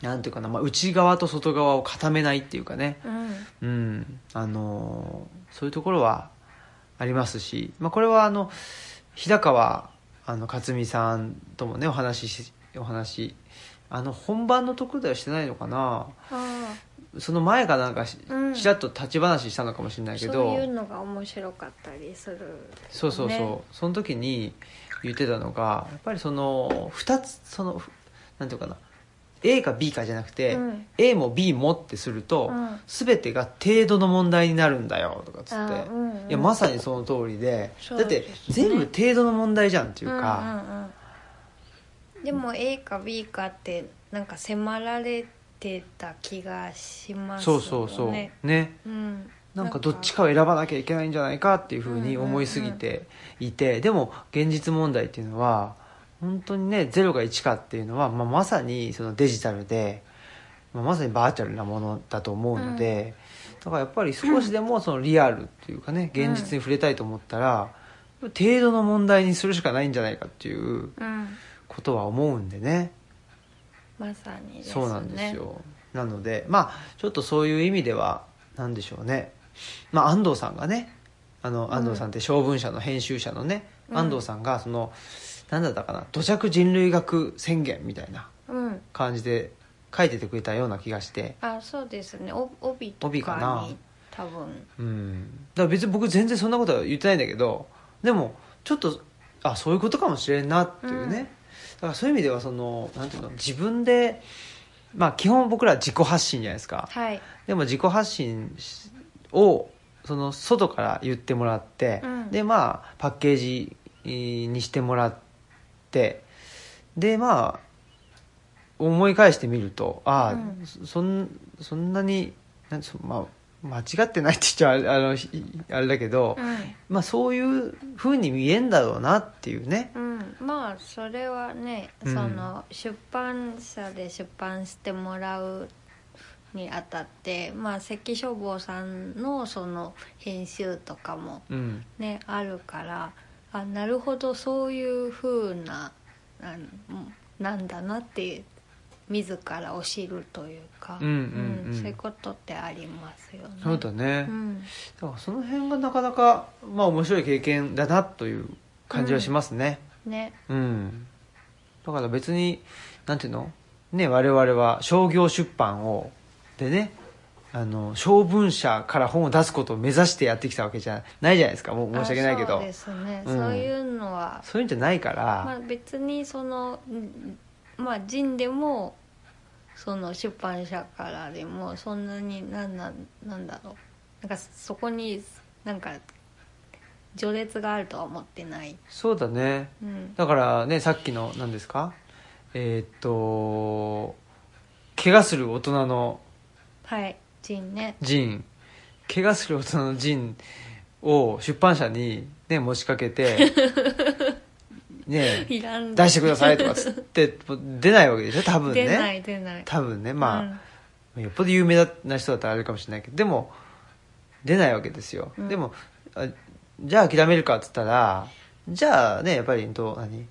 A: なんていうかな、まあ、内側と外側を固めないっていうかね、
B: うん
A: うん、あのーそういうところはありますし、まあ、これはあの日高はあの克実さんともねお話ししお話あの本番のところではしてないのかな
B: あ
A: その前かなんかし,、
B: うん
A: らっと立ち話したのかもしれな
B: あ
A: いけ
B: そ
A: ど
B: ういうのが面白かったりする
A: そうそうそう、
B: ね
A: その時に言ってたのがやっぱりその2つそのふなんていうかな A か B かじゃなくて、
B: うん
A: A も B もってすると、
B: うん
A: 全てが程度の問題になるんだよとかっつって
B: あ、うんうん
A: いやまさにその通りで
B: そう
A: だって
B: ですね
A: 全部程度の問題じゃんっていうか、
B: うんうんうん、でも A か B かってなんか迫られてた気がします
A: そうそうそう
B: ね
A: ね、
B: うん、
A: なんかどっちかを選ばなきゃいけないんじゃないかっていうふうに思いすぎていて、でも現実問題っていうのは本当にね0か1かっていうのは、まあ、まさにそのデジタルで、まあ、まさにバーチャルなものだと思うので、だからやっぱり少しでもそのリアルっていうかね現実に触れたいと思ったら、程度の問題にするしかないんじゃないかっていう
B: うん、
A: ことは思うんでね。
B: まさにですね
A: そうなんですよなのでまあちょっとそういう意味ではなんでしょうね、まあ、安藤さんがねあの安藤さんって小文社の編集者のね、
B: うん
A: 安藤さんがその何だったかな土着人類学宣言みたいな
B: うん
A: 感じで書いててくれたような気がして
B: あそうですねお帯と
A: 帯かな
B: かに多分
A: うんだから別に僕全然そんなことは言ってないんだけどでもちょっとあそういうことかもしれんなっていうね、
B: うん
A: だからそういう意味ではそのなんていうの自分でまあ基本僕ら自己発信じゃないですか、
B: はい、
A: でも自己発信しをその外から言ってもらって、
B: うん
A: でまあパッケージえーにしてもらってでまあ思い返してみるとああ、
B: うん
A: そそんそんなになんそまあ、間違ってないって言っちゃあれ あのひあれだけど、
B: う
A: まあ、そういうふうに見えんだろうなっていうね。
B: んうん、まあそれはね、
A: うん
B: その出版社で出版してもらうにあたってまあ関消防さんのその編集とかも
A: うん
B: ねあるからあなるほどそういう風なあのなんだなって自らを知るというか、
A: うんうんうん
B: そういうことってありますよね。
A: そうだね、
B: うん
A: だからその辺がなかなか、まあ、面白い経験だなという感じはしますね、
B: ね
A: うん、だから別になんていうのね我々は商業出版をでねあの小文社から本を出すことを目指してやってきたわけじゃないじゃないですかもう申し訳ないけ
B: あ
A: ど
B: そうですね、
A: うん
B: そういうのは、
A: そういうんじゃないから、
B: まあ、別にそのんまあ人でもその出版社からでもそんなになんなんなんだろうなんかそこになんか序列があるとは思ってない。
A: そうだね
B: うん
A: だからねさっきの何ですかえーっと怪我する大人の
B: はい、ジンね。
A: 人怪我する大人の人を出版社にね持ちかけ てね
B: いらん
A: 出してくださいとかつって出ないわけでしょ多分ね
B: 出ない出ない。
A: 多分ねまあ、よっぽど有名な人だったらあれかもしれないけどでも出ないわけですよ、
B: うん
A: でもあじゃあ諦めるかっつったらじゃあねやっぱりと何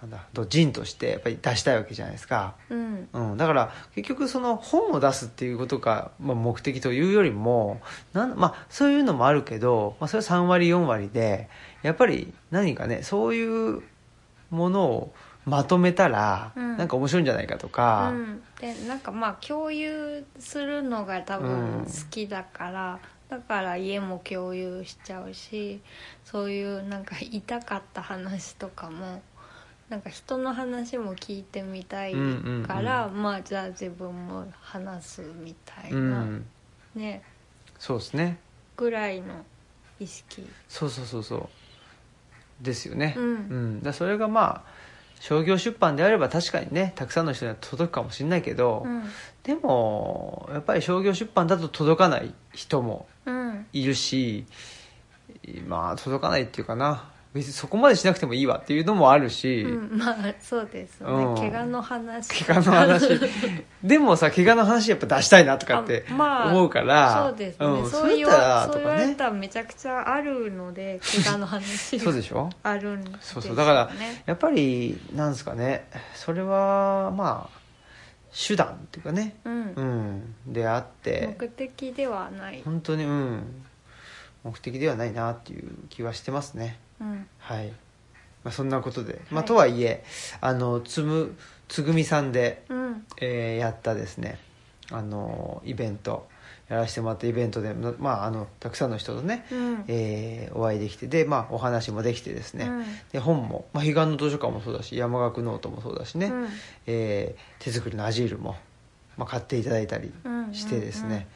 A: なんだと人としてやっぱり出したいわけじゃないですか、
B: うん、うん、
A: うん、だから結局その本を出すっていうことが、まあ、目的というよりもなん、まあ、そういうのもあるけど、まあ、それは3割4割でやっぱり何かねそういうものをまとめたら、
B: うん
A: なんか面白いんじゃないかとか、
B: うん。で、なんかまあ共有するのが多
A: うん
B: 分好きだから、だから家も共有しちゃうし、そういうなんか痛かった話とかも。なんか人の話も聞いてみたいから、まあじゃあ自分も話すみたいな、
A: うん
B: ね
A: そうですね
B: ぐらいの意識
A: そうそうそうそうですよね
B: うん
A: だからそれがまあ商業出版であれば確かにねたくさんの人には届くかもしれないけど、
B: うん
A: でもやっぱり商業出版だと届かない人も
B: うん
A: いるしまあ届かないっていうかな別にそこまでしなくてもいいわっていうのもあるし、
B: うん、まあそうですね、
A: うん
B: 怪我の話
A: 怪我の 話でもさ怪我の話やっぱ出したいなとかって
B: あまあ
A: 思うから、
B: そうですね、
A: ん
B: そう言
A: それや
B: わ
A: ったら
B: そ
A: と
B: う言わ
A: か
B: れ
A: ね
B: たらめちゃくちゃあるので怪我の話
A: そうでしょ
B: あるんですよね
A: そうそうだからやっぱりなんですかねそれはまあ手段っていうかね
B: うん
A: うんであって
B: 目的ではない、
A: 本当にうん目的ではないなっていう気はしてますね
B: うん、
A: はい、まあ、そんなことで、ま
B: は
A: あ、
B: い
A: とはいえあのつむつぐみさんで、
B: うん
A: えーやったですねあのイベントやらせてもらったイベントで、まあ、あのたくさんの人とね、
B: うん
A: えーお会いできてで、まあ、お話もできてですね、
B: うん
A: で本も、まあ、彼岸の図書館もそうだし山岳ノートもそうだしね、
B: うん
A: えー手作りのアジールも、まあ、買っていただいたりしてですね、
B: うんうんうん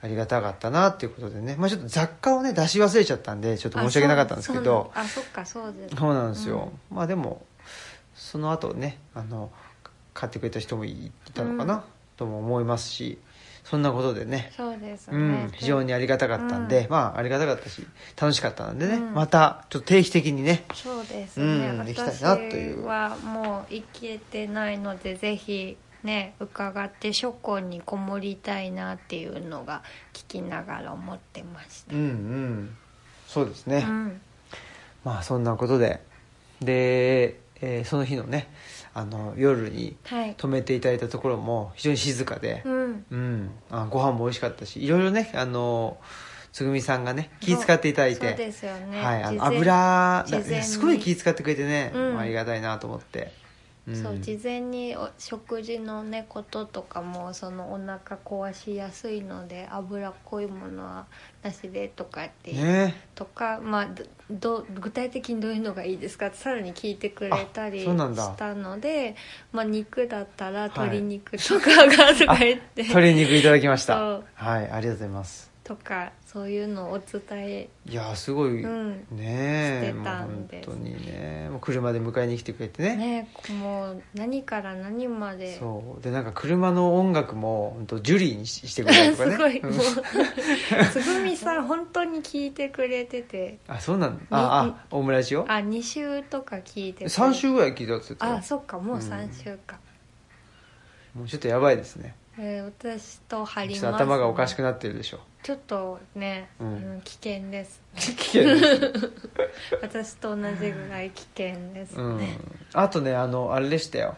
A: ありがたかったなっていうことでね、まあ、ちょっと雑貨をね出し忘れちゃったんでちょっと申し訳なかったんですけど
B: あそうそうあそっかそうです
A: そうなんですよ、まあでもその後ねあの買ってくれた人もいたのかな、
B: うん
A: とも思いますしそんなことでね
B: そうですね、
A: うん、非常にありがたかったんで、
B: うん
A: まあありがたかったし楽しかったんでね、
B: うん
A: またちょっと定期的にね
B: そうですね、
A: うん行きたい
B: 私
A: なという
B: はもう行けてないのでぜひね伺って書庫にこもりたいなっていうのが聞きながら思ってまし
A: うんうんそうですね、
B: た、うん、
A: まあそんなことでで、えーその日のねあの夜に
B: はい
A: 泊めていただいたところも非常に静かで、
B: うん
A: うんあご飯も美味しかったしいろいろねあのつぐみさんがね気遣っていただい
B: そう
A: て
B: ですよね、
A: はい、あの
B: 事前
A: 油
B: 事前に
A: すごい気遣ってくれてね、
B: うん
A: まあありがたいなと思って、うん
B: そう事前にお食事のねこととかもそのお腹壊しやすいので脂っこいものはなしでとかっていう
A: ね
B: とか、まあ、どど具体的にどういうのがいいですかってさらに聞いてくれたり
A: あそうなんだ
B: したのでまあ、肉だったら
A: い
B: 鶏肉とかがとか言って、
A: 鶏肉いただきまし
B: そ
A: た
B: う
A: はいありがとうございます
B: とかそういうのをお伝え、
A: いやーすごい、
B: うん、
A: ねえ
B: して
A: もう
B: たん
A: 本
B: です
A: 当にねもう車で迎えに来てくれてね
B: ねもう何から何まで。
A: そうでなんか車の音楽も本当ジュリーにししてくれたりとかね
B: すごいも
A: う
B: うんつぐみさん本当に聞いてくれてて
A: あそうなんだああオムラジオ
B: あ2週とか聞いてて
A: 3週ぐらい聞いたって言ってたよ
B: あそっかもう3週か、
A: もうちょっとやばいですね
B: えー私と張り
A: ちょ
B: ま
A: っ
B: す
A: と頭がおかしくなってるで しょ
B: ちょっとね、
A: うん
B: うん危険です
A: 危険です、
B: 私と同じぐらい危険です
A: うん
B: ね、、
A: あとねあのあれでしたよ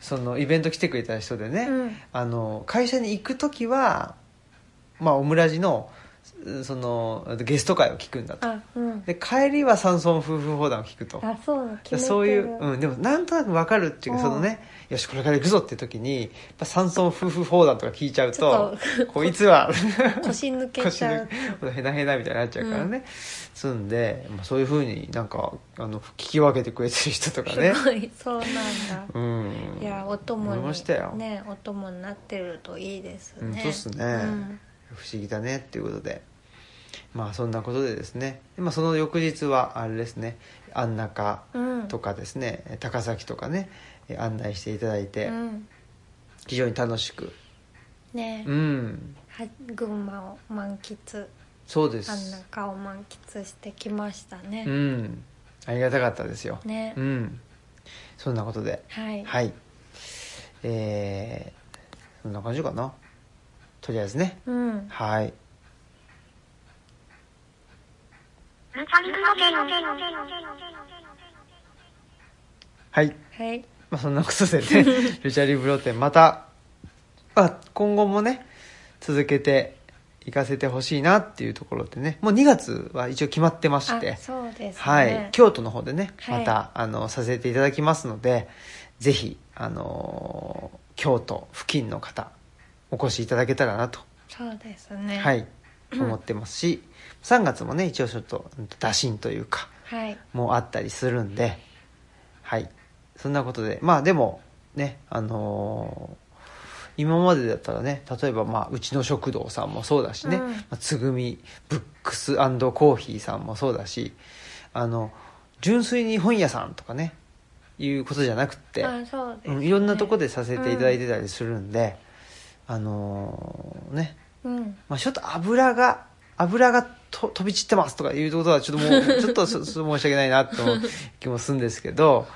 A: そのイベント来てくれた人でね、
B: うん
A: あの会社に行く時はまあオムラジのそのゲスト会を聞くんだと
B: あうん
A: で帰りは山村夫婦砲弾を聞くと
B: あそう決めてる
A: そういう、うん、でもなんとなくわかるっていうか、
B: うん
A: そのねよしこれから行くぞって時にやっぱ山村夫婦砲弾とか聞いちゃう
B: ちょ
A: と
B: っ
A: こいつ は
B: 腰抜け
A: 腰
B: ちゃ
A: の
B: う
A: へなへなみたいになっちゃうからね、すんで、まあ、そういうふうになんかあの聞き分けてくれてる人とかね
B: すごいそうなんだ、
A: うん
B: いやお供
A: 思い
B: に
A: ましたよ、
B: ねお供になってるといいですね、
A: うんそうっすね、
B: うん
A: 不思議だねっていうことでまあそんなことでですね、でまあ、その翌日はあれですね安中
B: うん
A: とかですね、高崎とかね案内していただいて、
B: うん
A: 非常に楽しく
B: ね、
A: うん
B: は群馬を満喫
A: そうで
B: あんな
A: す
B: 顔満喫してきましたね、
A: うんありがたかったですよ、
B: ね、
A: うんそんなことで
B: はい、
A: はいえー、そんな感じかなとりあえずね
B: うん
A: はい
C: ルチャリブロゲロ
A: はい、
B: はい
A: まあ、そんなこと でねルチャリブロ展また、まあ、今後もね続けていかせてほしいなっていうところでねもう2月は一応決まってまし
B: あ
A: て
B: そうですね
A: はい、京都の方でね、
B: はい
A: またあのさせていただきますのでぜひ、あのー京都付近の方お越しいただけたらなと、
B: そうですね
A: はい、思ってますし3月もね一応ちょっと打診というか
B: はい
A: もうあったりするんではいそんなことでまあでもねあのー今までだったらね例えばまあうちの食堂さんもそうだしね、
B: うん
A: まあつぐみブックスコーヒーさんもそうだしあの純粋に本屋さんとかねいうことじゃなくって、
B: あそうです、ね
A: うん、いろんなとこでさせていただいてたりするんで、あのーね、
B: うん
A: まあ、ちょっと油が油がと飛び散ってますとかいうことはちょっとも うちょっとそそ申し訳ないなと思う気もするんですけど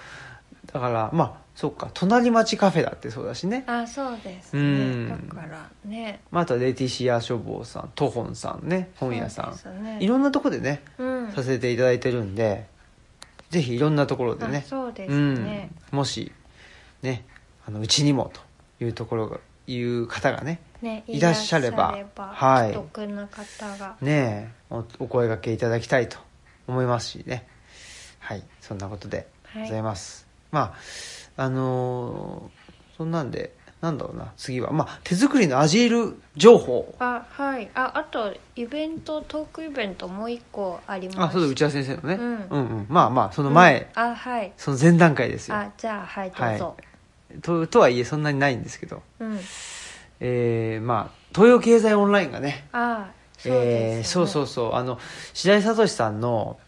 A: だからまあそうか隣町カフェだってそうだしね、
B: あそうですね、
A: うん
B: だからね
A: まあ、あとはレティシア書房さんトホンさんね本屋さ
B: そ
A: ん、
B: うですね
A: いろんなとこでね
B: うん
A: させていただいてるんでぜひいろんなところでね
B: あそうです
A: うん
B: ね、
A: もしねあのうちにもというところがいう方がね
B: ね
A: いらっしゃれば
B: いらっしゃれば
A: はい
B: 既得な方が
A: ねえおお声がけいただきたいと思いますしねはいそんなことで
B: はい
A: ございます、まああのーそんなんでなんだろうな次はまあ手作りのアジール情報
B: あはいああとイベントトークイベントもう一個あります
A: あそうだ内田先生のね、
B: うん
A: うんまあまあその前、
B: うんあはい
A: その前段階ですよ
B: あじゃあはいどうぞ、
A: ととはいえそんなにないんですけど
B: うん
A: えー、まあ東洋経済オンラインがね
B: あそうです、ね
A: えーそうそうそうあの白井聡さんの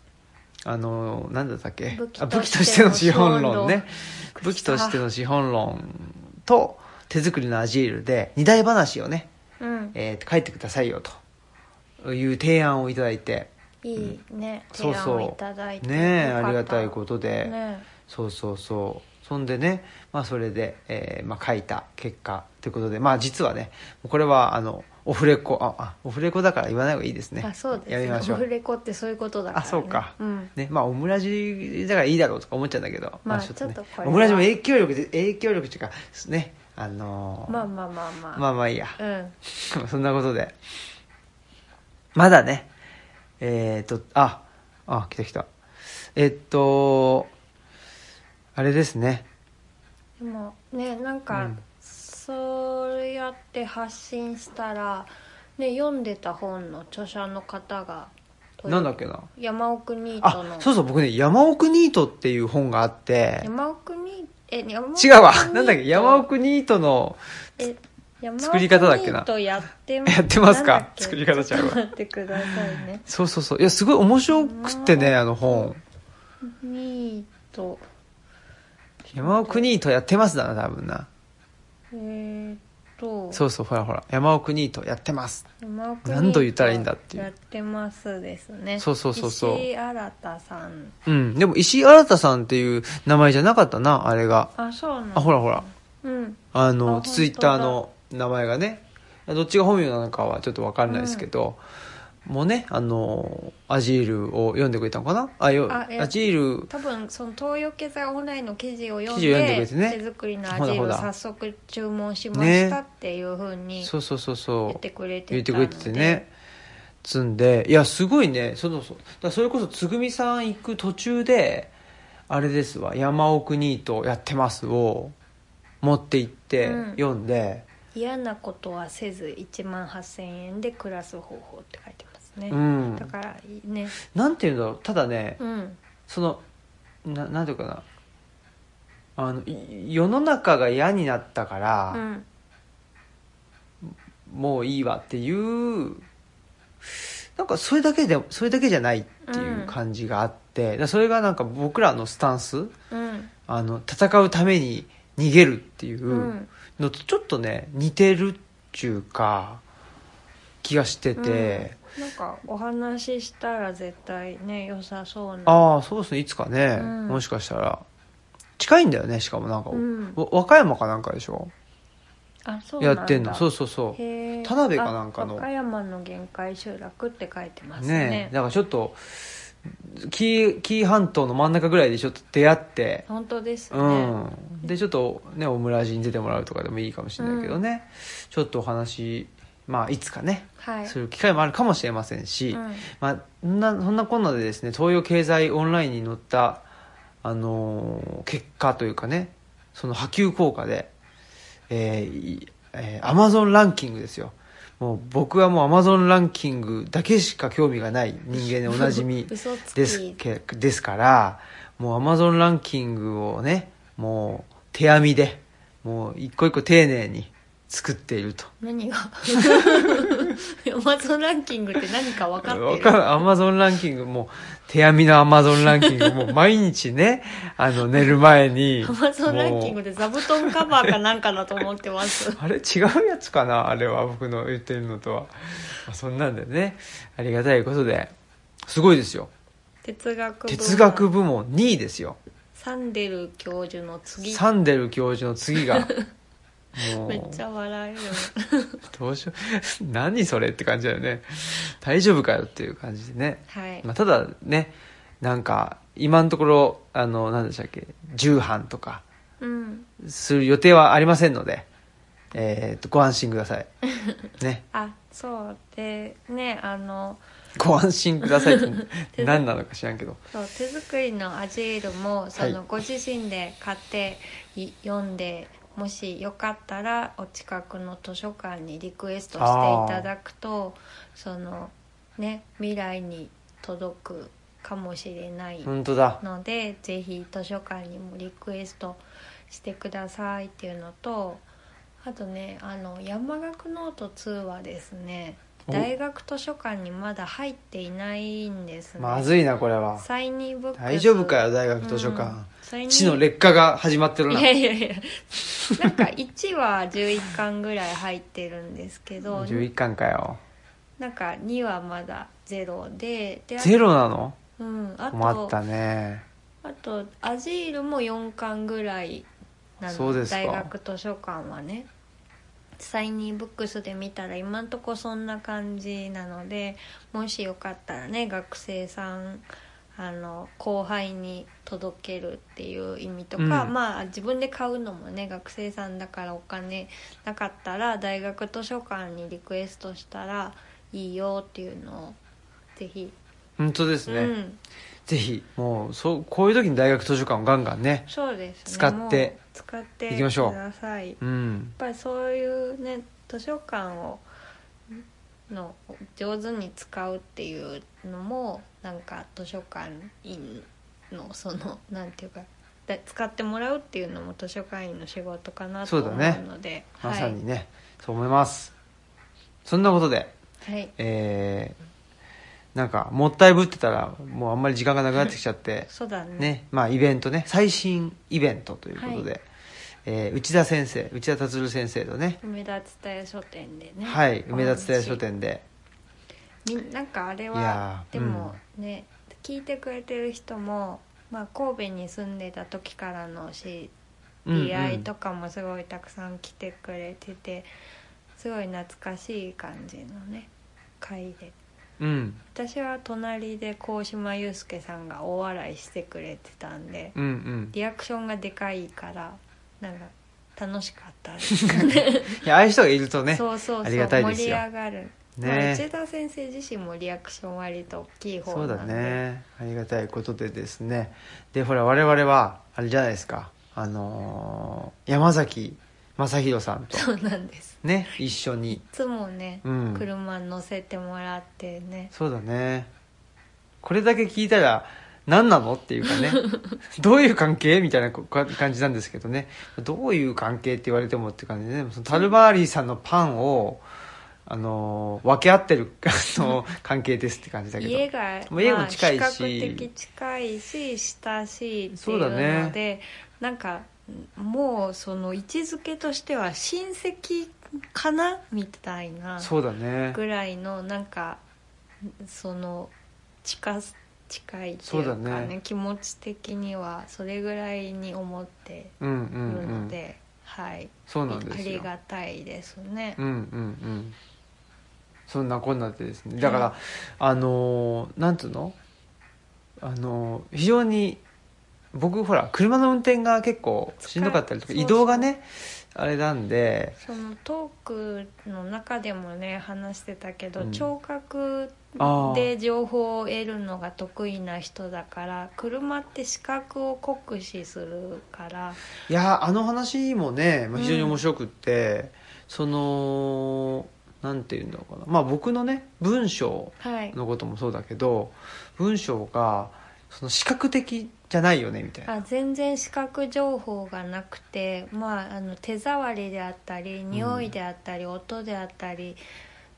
A: あのなんだったっけ
B: 武器
A: あ
B: としての
A: 武器としての資本論ね
B: 資本論
A: 武器としての資本論と手作りのアジールで二大話をね、
B: うん
A: えー書いてくださいよという提案をいただいて
B: いいね、
A: そう
B: 提案をい
A: そ
B: ただいうて
A: ねえ
B: よかった
A: ありがたいことで、
B: ね
A: そうそうそうそんでね、まあ、それで、えーまあ、書いた結果ということでまあ実はねこれはあのオフレコああオフレコだから言わない方がいいですね
B: あそうですね
A: やめましょ
B: オフ
A: う
B: レコってそういうことだから、ね、
A: あそうか
B: うん
A: ねまあオムラジだからいいだろうとか思っちゃうんだけど、
B: まあ
A: ね
B: ちょっとこれは
A: オムラジも影響力で影響力っていうかねあのー
B: まあまあまあまあ
A: まあまあいいや、
B: うん、
A: そんなことでまだねえっ、とああ来た来たえっとあれですね
B: でもねなんか、
A: うん
B: そうやって発信したら、ね、読んでた本の著者の方が
A: なんだっけな
B: 山奥ニート
A: あ
B: の
A: そうそう僕ね「山奥ニート」っていう本があって
B: 山奥ニえ山奥
A: 違うわ
B: ニート
A: なんだっけ山奥ニートの
B: え山奥
A: 作り方だっけな
B: ニートやってま
A: やってますか
B: なんだっけ
A: 作り方ちゃうわ
B: ちょっと待ってくださいね
A: そうそうそういやすごい面白くってねあの本
B: ニート
A: 「山奥ニートやってます」だな多分な
B: えー、っと
A: そうそうほらほら「山奥ニートやってます
B: 山奥
A: 何度言ったらいいんだっていう
B: やってますですね
A: そうそうそうそう
B: 石井新さん」
A: うんでも石井新さんっていう名前じゃなかったなあれが
B: あそうなんだ
A: あほらほら
B: うん
A: あ
B: あ
A: のツイッターの
B: 本
A: 名前がねどっちが本名なのかはちょっと分かんないですけど、もうねあのアジールを読んでくれたのかなあよ
B: あえ
A: アジール
B: 多分その東洋経済オンラインの記事を読ん
A: 記事を読んでく
B: で
A: れてね
B: 手作りのアジー
A: ほ
B: ル
A: ら
B: を
A: ほら
B: 早速注文しました
A: ね
B: っていうふうに
A: そうそうそうそう
B: 言ってくれてた
A: 言
B: の
A: っ
B: で
A: てくれててね積んでいやすごいねそのそだからそれこそつぐみさん行く途中であれですわ「山奥ニートやってます」を持って行って
B: うん
A: 読んで、
B: 嫌なことはせず1万8000円で暮らす方法って書いてますね、
A: うん
B: だからね
A: なんていうんだろうただね
B: うん
A: そのななんていうかなあのい世の中が嫌になったか
B: う
A: ら、
B: ん
A: もういいわっていうなんかそれだけでそれだけじゃないっていう感じがあって、だからそれがなんか僕らのスタンス
B: うん
A: あの戦うために逃げるっていう
B: うん
A: のとちょっとね似てるっちゅうか気がしてて、
B: なんかお話ししたら絶対ね良さそうな
A: ああそうですねいつかね、
B: うん
A: もしかしたら近いんだよねしかもなんか、
B: うん
A: わ和歌山かなんかでしょ
B: あそうな
A: や
B: んだ
A: ってんのそうそうそう
B: へー
A: 田辺かなんかの
B: あ和歌山の限界集落って書いてますね
A: ねえだからちょっと紀伊紀伊半島の真ん中ぐらいでちょっと出会って、
B: 本当ですね、
A: うんでちょっとねオムラジに出てもらうとかでもいいかもしれないけどね、ちょっとお話まあいつかね
B: はい
A: する機会もあるかもしれませんし、
B: うん
A: まあ、そんなそんなこんなでですね東洋経済オンラインに載った、あのー結果というかねその波及効果で、えーいえー、アマゾンランキングですよもう僕はもうアマゾンランキングだけしか興味がない人間でおなじ み
B: 嘘つき
A: ですけですからもうアマゾンランキングをねもう手編みでもう一個一個丁寧に作っていると
B: 何が アマゾンランキングって何か分かって
A: わ
B: る
A: かるアマゾンランキングもう手編みのアマゾンランキングもう毎日 ねあの寝る前に
B: アマゾンランキング
A: もう
B: で座布団カバーかなんかだと思ってます。
A: あれ違うやつかなあれは僕の言ってるのとは、まあ、そんなんでねありがたいことですごいですよ
B: 哲学部
A: 哲学部門2位ですよ
B: サンデル教授の次
A: サンデル教授の次 がも
B: めっち
A: う
B: ゃ笑える
A: どうしよう 何それって感じだよね大丈夫かよっていう感じでね
B: はい、
A: まあ、ただねなんか今のところあの何でしたっけ重版とか
B: うん
A: する予定はありませんので、えー、とご安心ください ね
B: あそうでねあの
A: ご安心くださいっ て何なのか知らんけど
B: そう手作りのアジールもその、
A: はい
B: ご自身で買ってい読んでもしよかったらお近くの図書館にリクエストしていただくとそのね未来に届くかもしれない
A: 本当だ
B: のでぜひ図書館にもリクエストしてくださいっていうのとあとねあの山岳ノート2はですね
A: お
B: 大学図書館にまだ入っていないんですね
A: まずいなこれは
B: サイニーブックス
A: 大丈夫かよ大学図書
B: うん
A: 館、
B: サイニー
A: 地の劣化が始まってる
B: い
A: な
B: やいやいやなんか1は11巻ぐらい入ってるんですけど
A: 11巻かよ
B: なんか2はまだゼロでであと
A: ゼロなの
B: うん、あと
A: 困ったね
B: あとアジールも4巻ぐらいなの
A: そうですか
B: 大学図書館はねサイニーブックスで見たら今んとこそんな感じなのでもしよかったらね学生さんあの後輩に届けるっていう意味とか、
A: うん
B: まあ自分で買うのもね学生さんだからお金なかったら大学図書館にリクエストしたらいいよっていうのをぜひ、
A: 本当ですね、
B: うん
A: ぜひもうそうこういう時に大学図書館をガンガンね
B: そうですね
A: 使って
B: もう使って
A: いきましょう
B: くださいやっ
A: うん
B: ぱりそういうね図書館をの上手に使うっていうのもなんか図書館員のそのなんていうかだ使ってもらうっていうのも図書館員の仕事かなと
A: そう
B: 思う
A: だ
B: の
A: ね
B: で、
A: ま
B: は
A: さ
B: い
A: にね、そう思いますそんなことで
B: はい、
A: えー、なんかもったいぶってたらもうあんまり時間がなくなってきちゃって
B: そうだね
A: ねまあイベントね最新イベントということで、
B: はい
A: えー内田先生内田達郎先生とね
B: 梅田伝え書店でね
A: はい梅田
B: お話
A: 蔦屋書店で
B: みなんかあれ
A: い
B: は
A: やー
B: でもね、聞いてくれてる人も、まあ、神戸に住んでた時からの知り合いとかもすごいたくさん来てくれてて、すごい懐かしい感じのね会で
A: うん
B: 私は隣で鴻島祐介さんが大笑いしてくれてたんで
A: うんうん
B: リアクションがでかいからなんか楽しかったです
A: いやああいう人がいるとね
B: そうそうそう
A: ありがたいです
B: 盛り
A: よ
B: 上がる、
A: ね
B: まあ、内田先生自身もリアクション割と大きい方
A: そう
B: なんで
A: だねありがたいことでですねでほら我々はあれじゃないですかあのー山崎正弘さんと
B: そうなんです
A: ね一緒に
B: いつもね、
A: うん
B: 車乗せてもらってね
A: そうだねこれだけ聞いたら何なのっていうかね どういう関係みたいなこか感じなんですけどねどういう関係って言われてもって感じでねそのタルバーリーさんのパンをあのー分け合ってる あの関係ですって感じだけど
B: 家が、
A: もう家も近いし
B: まあ比較的近いし親しいってい
A: そうう
B: の
A: だ
B: で
A: ね
B: なんかもうその位置づけとしては親戚かなみたいな
A: そうだね
B: ぐらいのなんかその近す近いってい
A: そう
B: うか
A: だ
B: ね
A: ね
B: 気持ち的にはそれぐらいに思って
A: うんうん
B: いる
A: う
B: の
A: ん
B: で、はい
A: そうなんですよ
B: ありがたいですね、
A: うんうんうんそんなこんなでですねだから、あのーなんつうのあのー非常に僕ほら車の運転が結構しんどかったりとか
B: そう
A: 移動がねあれなんで
B: そのトークの中でもね話してたけど、
A: うん
B: 聴覚
A: ああ
B: で情報を得るのが得意な人だから車って視覚を酷使するから
A: いやーあの話もね、まあ、非常に面白くって、そのなんていうんだろうかなまあ僕のね文章
B: はい
A: のこともそうだけど文章がその視覚的じゃないよねみたいな
B: あ全然視覚情報がなくて、まあ、あの手触りであったり匂いであったり、音であったり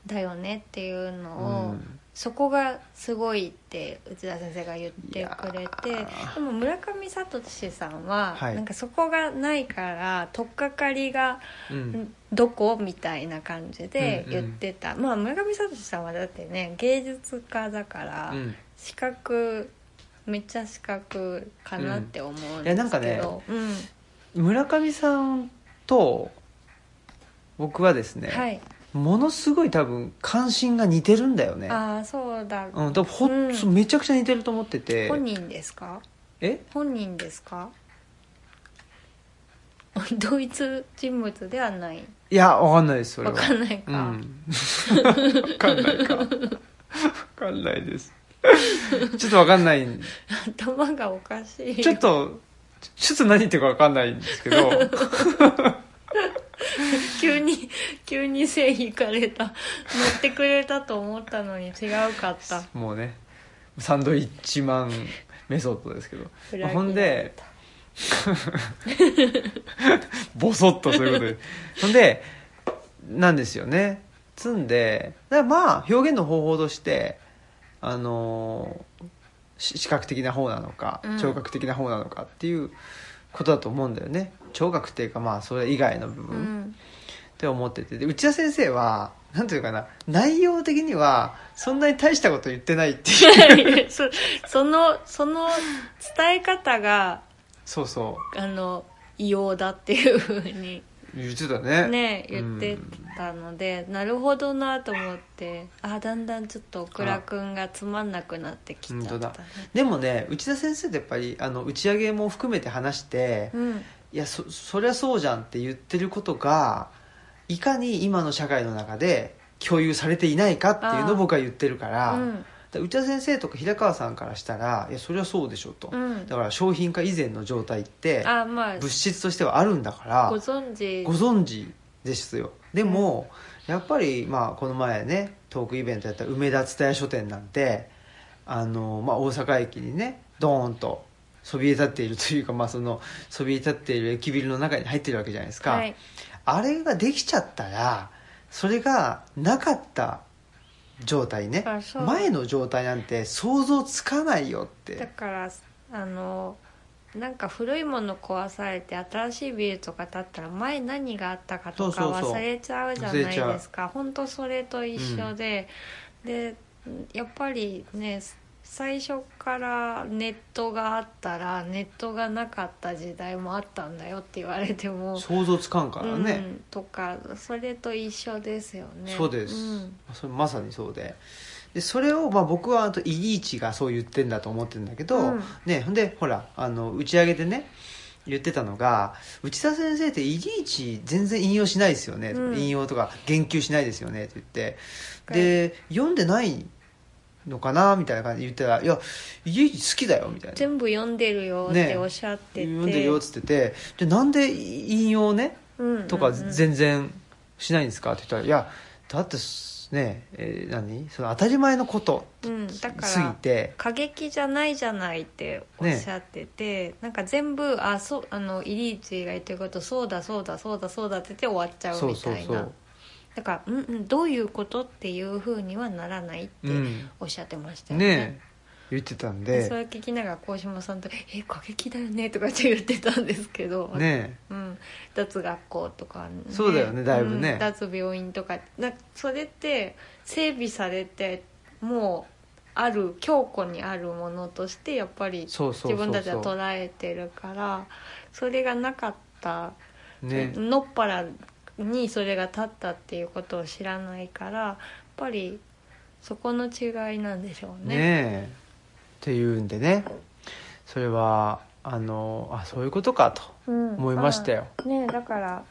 B: だよねっていうのを、
A: うん
B: そこがすごいって内田先生が言ってく
A: い
B: れ
A: や
B: て
A: ー
B: でも村上聡さんは、
A: はい
B: なんかそこがないから取っかかりが。
A: うん
B: どこみたいな感じで
A: うんうん
B: 言ってた、まあ村上聡さんはだってね芸術家だから、
A: うん
B: 視覚めっちゃ視覚かなって思うん
A: い
B: で
A: やなん
B: す
A: か
B: け
A: ね
B: ど、うん
A: 村上さんと僕はですね、
B: はい
A: ものすごい多分関心が似てるんだよね
B: ああそうだ、
A: うん、多分ほ、
B: うん
A: めちゃくちゃ似てると思ってて
B: 本人ですか
A: え
B: 本人ですか 同一人物ではない
A: いやわかんないですそれ
B: わ
A: は
B: かんないか、
A: うん、分かんないか分かんないですちょっと分かんない
B: 頭がおかしい
A: ちょっとちょっと何言ってるか分かんないんですけど
B: 急に急に性引かれた乗ってくれたと思ったのに違うかった
A: もうねサンドイッチマンメソッドですけど、まあほんでボソッとそういうことで ほんでなんですよね積んでだからまあ表現の方法としてあのーし視覚的な方なのか
B: うん
A: 聴覚的な方なのかっていうことだと思うんだよね、聴覚っていうかまあそれ以外の部
B: う
A: 分、
B: ん
A: って思っててで内田先生はなんていうかな内容的にはそんなに大したこと言ってないって いう
B: そそのその伝え方が
A: そうそ
B: あの異様だっていうふうに
A: う言ってたね
B: ね言ってたので、なるほどなと思ってあだんだんちょっとオクラくんがつまんなくなってきちゃった
A: 本当
B: ね
A: だでもね内田先生ってやっぱりあの打ち上げも含めて話して、
B: うん
A: いやそそりゃそうじゃんって言ってることがいかに今の社会の中で共有されていないかっていうの
B: あー
A: を僕は言ってるから,、
B: うん
A: 内田先生とか平川さんからしたらいやそりゃそうでしょと、
B: うん
A: だから商品化以前の状態って
B: あまあ
A: 物質としてはあるんだから
B: ご存知
A: ご存知ですよでも、やっぱり、まあ、この前ねトークイベントやった梅田蔦屋書店なんてあの、まあ、大阪駅にねドーンとそびえ立っているというか、まあ、そのそびえ立っている駅ビルの中に入ってるわけじゃないですか、
B: はい
A: あれができちゃったらそれがなかった状態ね
B: あそう
A: 前の状態なんて想像つかないよって
B: だからあのなんか古いもの壊されて新しいビルとか建ったら前何があったかとか
A: そうそうそう
B: 忘れちゃうじゃないですか本当それと一緒で、でやっぱりね最初からネットがあったらネットがなかった時代もあったんだよって言われても、
A: 想像つかんからね、
B: うん、とかそれと一緒ですよね
A: そうです、
B: ん
A: それまさにそうででそれをまあ僕はあとイリーチがそう言ってんだと思ってるんだけど、
B: うん
A: ねほんでほらあの打ち上げでね言ってたのが内田先生ってイリーチ全然引用しないですよね、
B: うん
A: 引用とか言及しないですよねって言ってで読んでないのかなみたいな感じで言ったら「いやイリーチ好きだよ」みたいな
B: 全部読んでるよっ
A: ね
B: ておっしゃってて、
A: 読んでるよっつっててでなんで引用ね
B: うんうんうん
A: とか全然しないんですかって言ったら「いやだってすね、えー何その当たり前のこと
B: うん、だから
A: すぎて
B: 過激じゃないじゃないっておっしゃってて、なんか全部あそうあのイリーチが言ってることそうだそうだそうだそうだって言って終わっちゃう
A: そう
B: みた
A: そ
B: いうな
A: そう、
B: だから、うんうん、どういうことっていうふうにはならないって
A: うん、
B: おっしゃってましたよね,で、
A: ね言ってたん
B: それ
A: で
B: を聞きながら鴻島さんと「え過激だよね」とかって言ってたんですけど、
A: ね
B: うん、脱学校とか、ね
A: そうだよねだいぶね
B: うん脱病院とかなそれって整備されてもうある強固にあるものとしてやっぱり
A: そうそうそうそう
B: 自分たちは捉えてるからそれがなかった、
A: ね
B: のっぱらにそれが立ったっていうことを知らないからやっぱりそこの違いなんでしょう
A: ね
B: ね。
A: っていうんでねそれはあのあそういうことかと
B: うん
A: 思いましたよ、
B: あねだから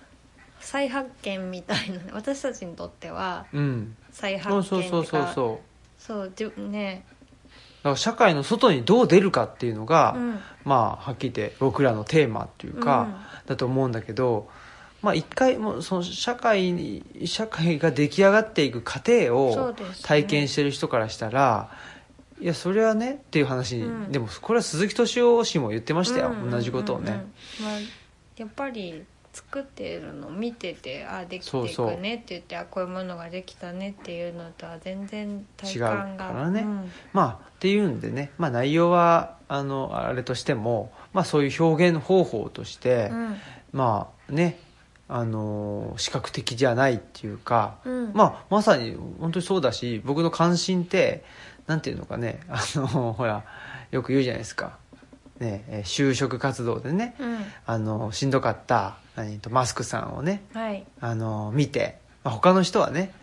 B: 再発見みたいな私たちにとっては
A: うん
B: 再発
A: そ
B: 見
A: う
B: って
A: そ
B: いううか
A: そうそうそう
B: そうじゅね
A: だから社会の外にどう出るかっていうのが、
B: うん
A: まあはっきり言って僕らのテーマっていうか、だと思うんだけど、まあ、一回もうその社会に社会が出来上がっていく過程
B: うん、そう
A: を
B: ですね
A: 体験してる人からしたら、いやそれはねっていう話に、
B: うん
A: でもこれは鈴木敏夫氏も言ってましたよ、
B: うんうんうんうん
A: 同じことをね、
B: まあ、やっぱり作ってるの見ててあできて
A: そう
B: い
A: そう
B: くねって言ってあこういうものができたねっていうのとは全然体
A: 違う
B: 感
A: か
B: が
A: らね
B: うん
A: まあっていうんでね、まあ、内容はあのあれとしても、まあ、そういう表現方法として、
B: うん
A: まあねあのー視覚的じゃないっていうか、
B: うん
A: まあ、まさに本当にそうだし僕の関心ってなんていうのかねあの ほらよく言うじゃないですか、ね、えー就職活動でね
B: うん
A: あのしんどかった何とマスクさんをね
B: はい
A: あの見て、まあ、他の人はね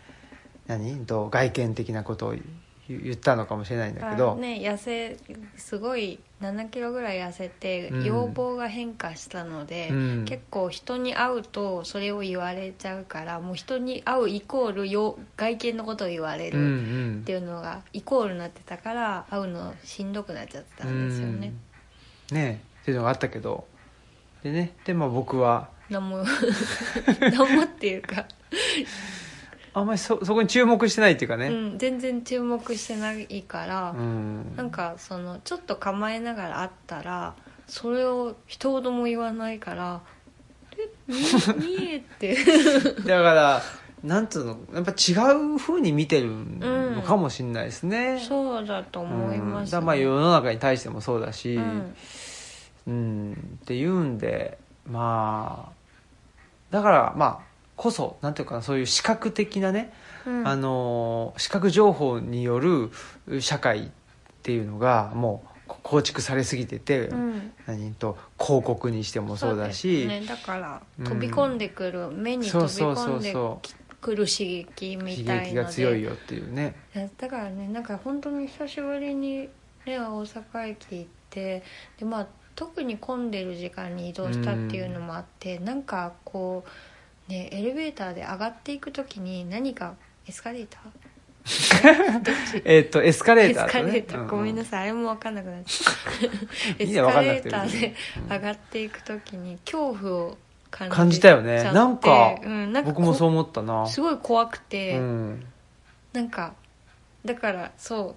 A: 何と外見的なことを言言ったのかもしれないんだけ
B: あ
A: ど、
B: ね痩せすごい7キロぐらい痩せて、
A: うん
B: 要望が変化したので、
A: うん
B: 結構人に会うとそれを言われちゃうからもう人に会うイコールよ外見のことを言われ
A: うんう
B: るっ
A: ん
B: ていうのがイコールになってたから会うのしんどくなっちゃってたんですよね、
A: うんねっていうのがあったけどでねで、まあ、僕は
B: 何も 何もっていうか、
A: あんまりそそこに注目してないっていうか
B: う
A: ね、
B: ん、全然注目してないから、
A: うん
B: なんかそのちょっと構えながら会ったらそれを一言も言わないから「え見 え見え」って
A: だからなんつうのやっぱ違う風に見てるのかもしれないですね、
B: そうだと思いま
A: うんだ
B: す、
A: からまあ世の中に対してもそうだし、
B: うん
A: うんっていうんでまあだからまあこそなんていうかなそういう視覚的なね、
B: うん
A: あのー視覚情報による社会っていうのがもうこ構築されすぎてて、
B: うん
A: 何と広告にしてもそうだ
B: そ
A: し
B: うですね、だから
A: うん
B: 飛び込んでくる、目に飛
A: そ
B: び
A: うそうそ
B: 込
A: うん
B: で
A: そう
B: くる刺
A: 刺
B: 激みたい
A: 激
B: の
A: が
B: で
A: 強いよっていうね
B: いやだからねなんか本当に久しぶりにね大阪駅行ってでまあ特に混んでる時間に移動したっていうのもあって、なんかこうねエレベーターで上がっていく時に何かエスカレー ターどっち
A: えっとエスカレ
B: エ
A: ーター
B: スカ
A: と、
B: レ
A: ね、
B: ーターごめんな
A: さ
B: さいあれも分かんなくなっちゃう
A: い
B: エ
A: い
B: ス
A: ね分か
B: カ
A: んな
B: レ
A: くても
B: ータ
A: いい
B: ーで
A: うん
B: 上がっていく時に恐怖を感じ
A: 感じたよね
B: ちゃって
A: なんか
B: うん、なんか
A: 僕もそう
B: こ
A: 思ったな
B: すごい怖くて、
A: うん
B: なんかだからそ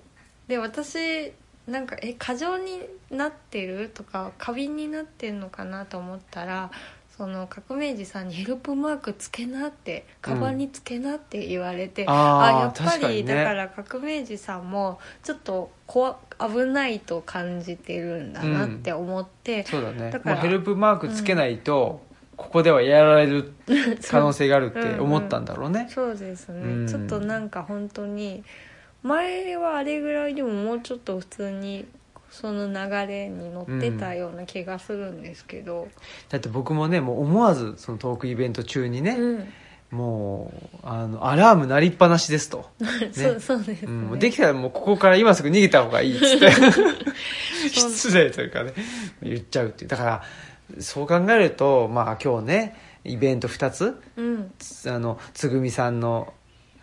B: うで私なんかえ過剰になってるとか過敏になってんのかなと思ったらその革命児さんに「ヘルプマークつけな」って「カバンにつけな」って言われて、あや
A: あ
B: っ
A: あ
B: ぱ
A: 確か
B: り
A: にね
B: だから革命児さんもちょっと怖危ないと感じてるんだなって思って、
A: そうだね
B: だから
A: もうヘルプマークつけないと、ここではやられる可能性があるって思ったんだろうね、
B: そうですね、
A: うん
B: ちょっとなんか本当に前はあれぐらいでももうちょっと普通にその流れに乗ってたような気がするんですけど、
A: だって僕もねもう思わずそのトークイベント中に
B: う
A: ね、
B: ん
A: もうあのアラーム鳴りっぱなしですと、
B: そうそうです
A: う
B: ね、
A: んもうできたらもうここから今すぐ逃げた方がいいっつって
B: そう
A: 失礼というかね言っちゃうっていうだからそう考えるとまあ今日ねイベント2つ
B: うん
A: つあのつぐみさんの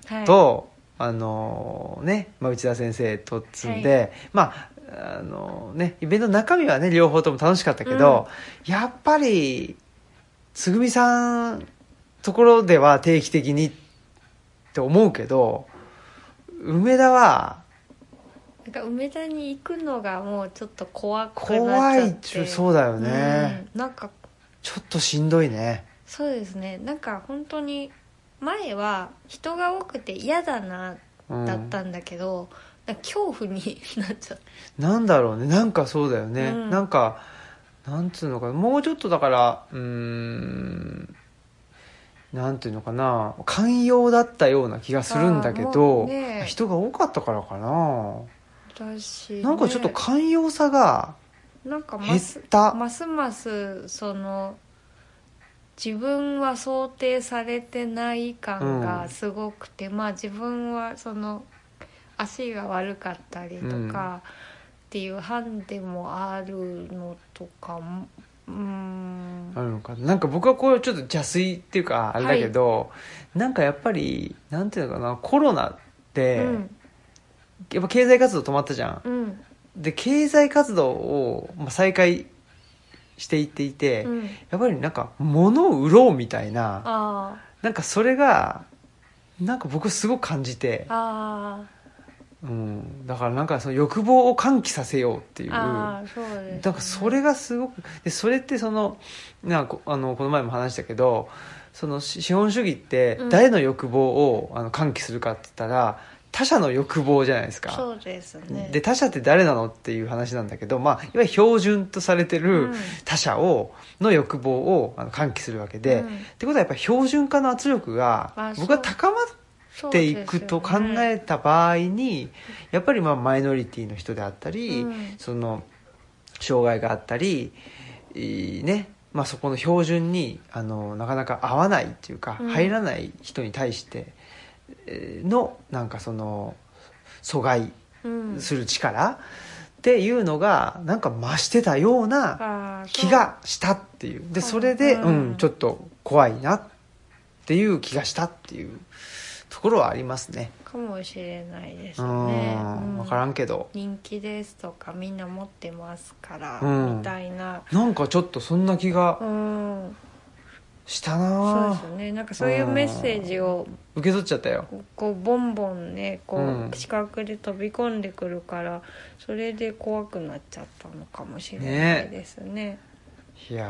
B: はい、
A: と、あのね、まあ、内田先生とっつんで、まああのねイベントの中身はね両方とも楽しかったけど、やっぱりつぐみさんところでは定期的にって思うけど梅田は
B: なんか梅田に行くのがもうちょっと怖くな
A: 怖
B: っちゃっ
A: い
B: て
A: ちそうだよね、
B: うんなんか
A: ちょっとしんどいね
B: そうですねなんか本当に前は人が多くて嫌だな
A: うん
B: だったんだけど、なんか恐怖に なっちゃって
A: なんだろうねなんかそうだよね、
B: うん
A: なんかなんつうのかなもうちょっとだからうーんなんていうのかな寛容だったような気がするんだけ
B: あーも
A: ど、
B: うね
A: 人が多かったからかな、
B: だし、
A: なんかちょっと寛容さが
B: なんかま
A: 減っ
B: す
A: た、
B: ますますその自分は想定されてない感
A: う
B: が
A: ん
B: すごくて、まあ自分はその足が悪かったりとかっていうハンデもあるのとかもうん
A: あるのかななんか僕はこうちょっと邪推っていうかあれだけど、なんかやっぱりなんていうのかなコロナって、
B: うん
A: やっぱ経済活動止まったじゃん、
B: うん
A: で経済活動をまあ再開していっていて、
B: うん
A: やっぱりなんか物を売ろうみたいな
B: あ
A: なんかそれがなんか僕すごく感じて
B: あああ
A: うん、だからなんかその欲望を喚起させようっていう
B: ああそうです、ね、
A: だからそれがすごくでそれってそのなんかこあのこの前も話したけどそのし資本主義って
B: うん
A: 誰の欲望を、あの喚起するかって言ったら他者の欲望じゃないですか。
B: そうですね
A: で他者って誰なのっていう話なんだけど、まあ、いわゆる標準とされて
B: う
A: る
B: ん
A: 他者を、の欲望をあの喚起するわけで、
B: うん
A: ってことはやっぱ標準化の圧力
B: あ
A: が僕は
B: そう
A: 高まっていくと考えた場合に、やっぱりまあマイノリティの人であったり、
B: うん
A: その障害があったり、いいねまあ、そこの標準にあのなかなか合わないっていうか、
B: うん
A: 入らない人に対してえーのなんかその阻害
B: うん
A: する力、っていうのがなんか増してたような
B: ああそう
A: 気がしたっていうでそれで、
B: う
A: うんんちょっと怖いなっていう気がしたっていうところはありますね
B: かもしれないです
A: う
B: ね
A: ん分からんけど
B: 人気ですとかみんな持ってますから、
A: うん
B: みたいな
A: なんかちょっとそんな気
B: う
A: が
B: ん
A: した
B: そう
A: な
B: ですよねなんかそういうメッセージを
A: 受け取っちゃったよ
B: こうボンボンねこ
A: うん
B: う視覚で飛び込んでくるからそれで怖くなっちゃったのかもしれない
A: ね
B: ですね
A: いや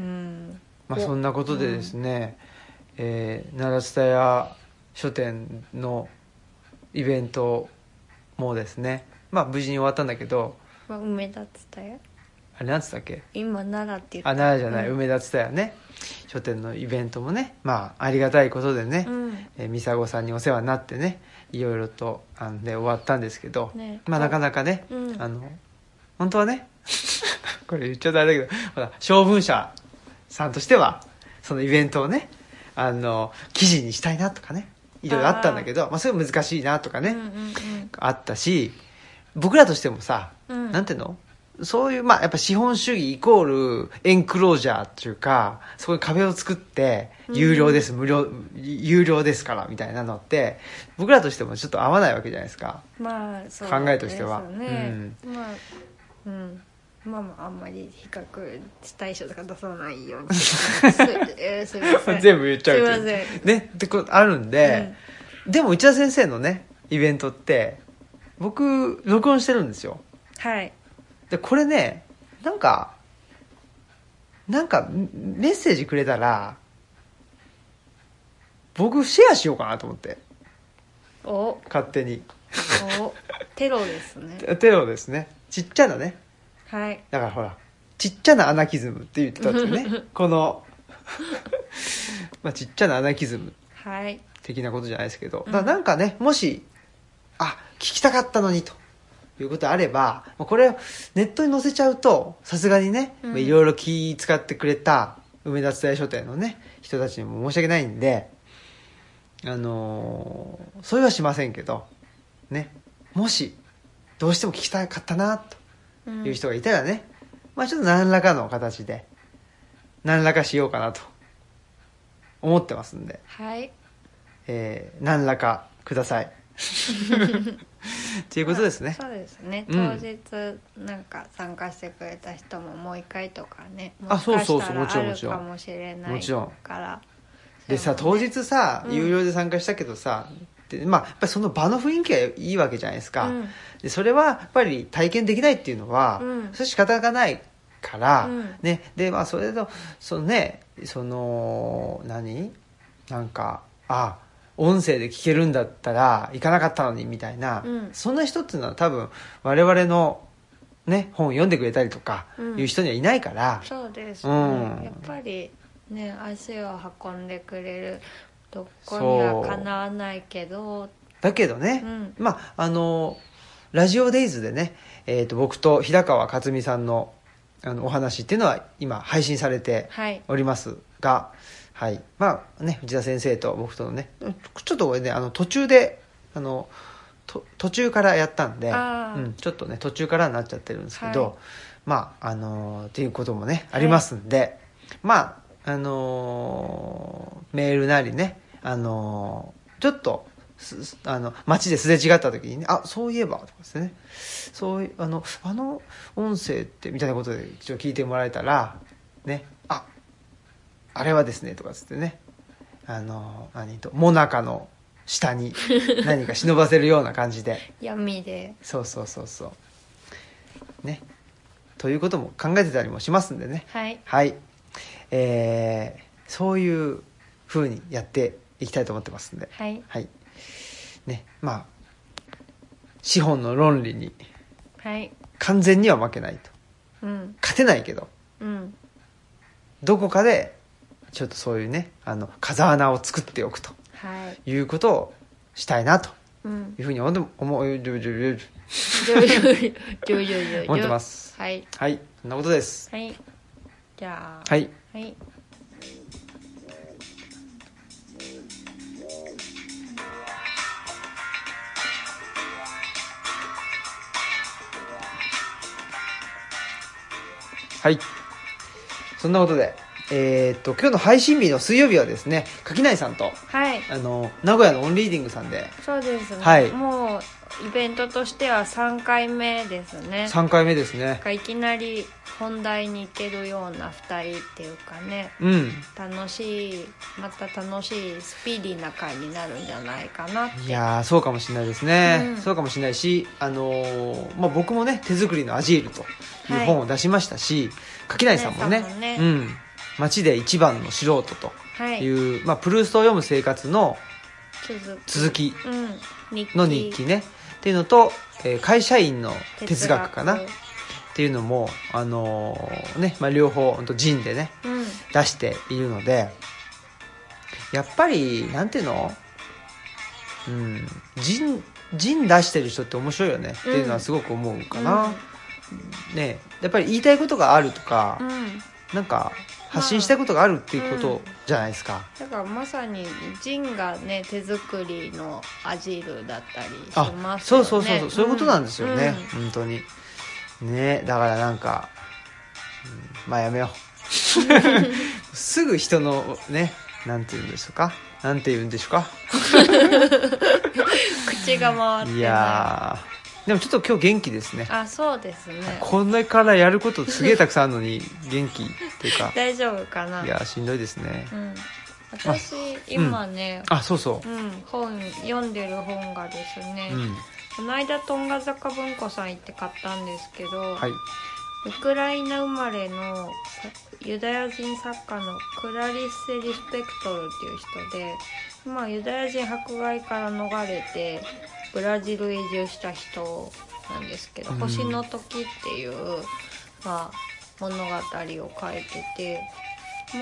A: ー
B: うん
A: まあ
B: お
A: そんなことでですね、えー奈良津田屋書店のイベントもですねまあ無事に終わったんだけど
B: まあ、梅田つたよ
A: あれなんつったっけ
B: 今奈良って言
A: あ
B: っ
A: 奈良じゃない、
B: うん
A: 梅田つたやね書店のイベントもねまあありがたいことでね
B: た、うん
A: えーミサゴさんにお世話になってねいろいろとあんで終わったんですけど、
B: ね
A: まあなかなかね、
B: うん
A: あの本当はね これ言っちゃったあれだけどほら将軍者さんとしてはそのイベントをねあの記事にしたいなとかねいろいろあったんだけどまあそれは難しいなとかね、
B: うんうん
A: あったし僕らとしてもさ、
B: うん
A: なんていうのそういう、まあ、やっぱ資本主義イコールエンクロージャーっていうか、そこに壁を作って、有料です、無料、有料ですから、みたいなのって、僕らとしてもちょっと合わないわけじゃないですか。
B: うんまあそう
A: 考えとしては
B: ですよね、まあうんまあまああんまり比較対象とか出さないようにすえーすいま せん
A: 全部言っちゃう
B: すいません
A: ね、ってことあるんで、でも内田先生のね、イベントって、僕、録音してるんですよ。
B: はい
A: で、これね、なんか、なんか、メッセージくれたら、僕シェアしようかなと思って、
B: お
A: 勝手に。
B: おテロですね
A: テロですね。ちっちゃなね。
B: はい
A: だからほら、ちっちゃなアナキズムって言ってたんですよね。この、 まあちっちゃなアナキズム
B: はい
A: 的なことじゃないですけど、
B: うん
A: だからなんかねもしあ聞きたかったのにということあればまあこれネットに載せちゃうとさすがにね
B: うん
A: まあいろいろ気使ってくれた梅田伝え書店のね人たちにも申し訳ないんであのーそれはしませんけどねもしどうしても聞きたかったなと
B: うん
A: いう人がいたらね、まあちょっと何らかの形で何らかしようかなと思ってますんで
B: はい
A: えー何らかくだ さい。ということですね
B: ま。あそうですね
A: うん
B: 当日なんか参加してくれた人ももう一回とかね
A: あそうそうそう
B: もしかし
A: もち
B: たら
A: ろん
B: あるかもしれない
A: もちろん
B: から
A: でさ、
B: そ
A: 当
B: れもね
A: 日さ、
B: うん
A: 有料で参加したけどさ、でまあ、やっぱりその場の雰囲気がいいわけじゃないですか。
B: うん
A: でそれはやっぱり体験できないっていうのは、
B: うん
A: それは仕方がないから、
B: うん
A: ね。で、まあ、それと、そのね、その、何なんか、あ、音声で聞けるんだったら行かなかったのにみたいな、
B: うん
A: そんな人っていうのは多分我々の、ね、本を読んでくれたりとか
B: うん
A: いう人にはいないから、
B: そうですね、
A: うん
B: やっぱりね足を運んでくれるどこにはかなわないけど
A: だけどね、
B: うん
A: まああのラジオデイズでね、えー、と僕と平川克美さんのあのお話っていうのは今配信されて
B: はい
A: おりますが、はいまあね、藤田先生と僕とのねちょっとこれねあの途中であのと途中からやったんで、
B: あ
A: う
B: ー
A: ん、ちょっとね途中からになっちゃってるんですけど、
B: はい
A: まああのーっていうこともね
B: は
A: あ
B: い
A: りますんで、まああのーメールなりねあのーちょっとすすあの街ですれ違った時にねあそういえばとかですねそういうあのあの音声ってみたいなことで一応聞いてもらえたらねああれはですねとかつってねあの何とモナカの下に何か忍ばせるような感じで
B: 闇で
A: そうそうそうそうねということも考えてたりもしますんでね
B: はい
A: はいえー、そういうふうにやっていきたいと思ってますんで
B: はい
A: はいねまあ資本の論理に
B: はい
A: 完全には負けないと
B: うん
A: 勝てないけど
B: うん
A: どこかでちょっとそういうねあの風穴を作っておくと
B: はい
A: いうことをしたいなと
B: うん
A: いうふうに思って思う
B: じょいじょいじょいじょいじょい
A: 思ってます
B: はい
A: はいそんなことです
B: はいじゃあ
A: はい
B: はい
A: はいそんなことでえーっと今日の配信日の水曜日はですね垣内さんと
B: はい
A: あの名古屋のオンリーディングさんで
B: そうですね、
A: はい
B: もうイベントとしては3回目ですね
A: 3回目ですね
B: なんかいきなり本題に行けるような2人っていうかね
A: うん
B: 楽しいまた楽しいスピーディーな回になるんじゃないかなって
A: いやーそうかもしれないですね、
B: うん
A: そうかもしれないし、あのーまあ、僕もね手作りのアジールという本を出しましたし、柿内さんもね
B: 柿内さんもね
A: うん、街で一番の素人と、
B: はいいう
A: まあ、プルーストを読む生活の
B: 続き
A: 続き
B: うん日記
A: の日記ねっていうのと、えー会社員の哲学かなっ
B: 哲
A: ていうのも、あのーねまあ、両方ほんとジンでね
B: 学うん
A: 出しているのでやっぱりなんていうのうん陣陣出してる人って面白いよねっていうのはすごく思うかな、ねやっぱり言いたいことがあるとか、
B: うん、うん
A: なんか発信したいことがあるっていうこ
B: うん
A: とじゃないですか、
B: だからまさにジンがね手作りのアジールだったりしますよね
A: そうそうそうそう、そういうことなんですよね、
B: うん
A: 本当にねだからなんか、うんまあやめよ うすぐ人のねなんて言うんでしょうかなんて言うんでしょうか
B: 口が回ってない
A: いやーでもちょっと今日元気ですね
B: あそうですね
A: これからやることすげえたくさんあるのに元気っていうか
B: 大丈夫か ない
A: やーしんどいですね
B: うん、私今ね、
A: あそうそ
B: うん本読んでる本がですね
A: う、うん
B: この間トンガ坂文庫さん行って買ったんですけど、
A: はい
B: ウクライナ生まれのさユダヤ人作家のクラリッセ・リスペクトルっていう人で、まあ、ユダヤ人迫害から逃れてブラジルへ移住した人なんですけど
A: う
B: 「
A: ん
B: 星の時」っていう、まあ、物語を書いてて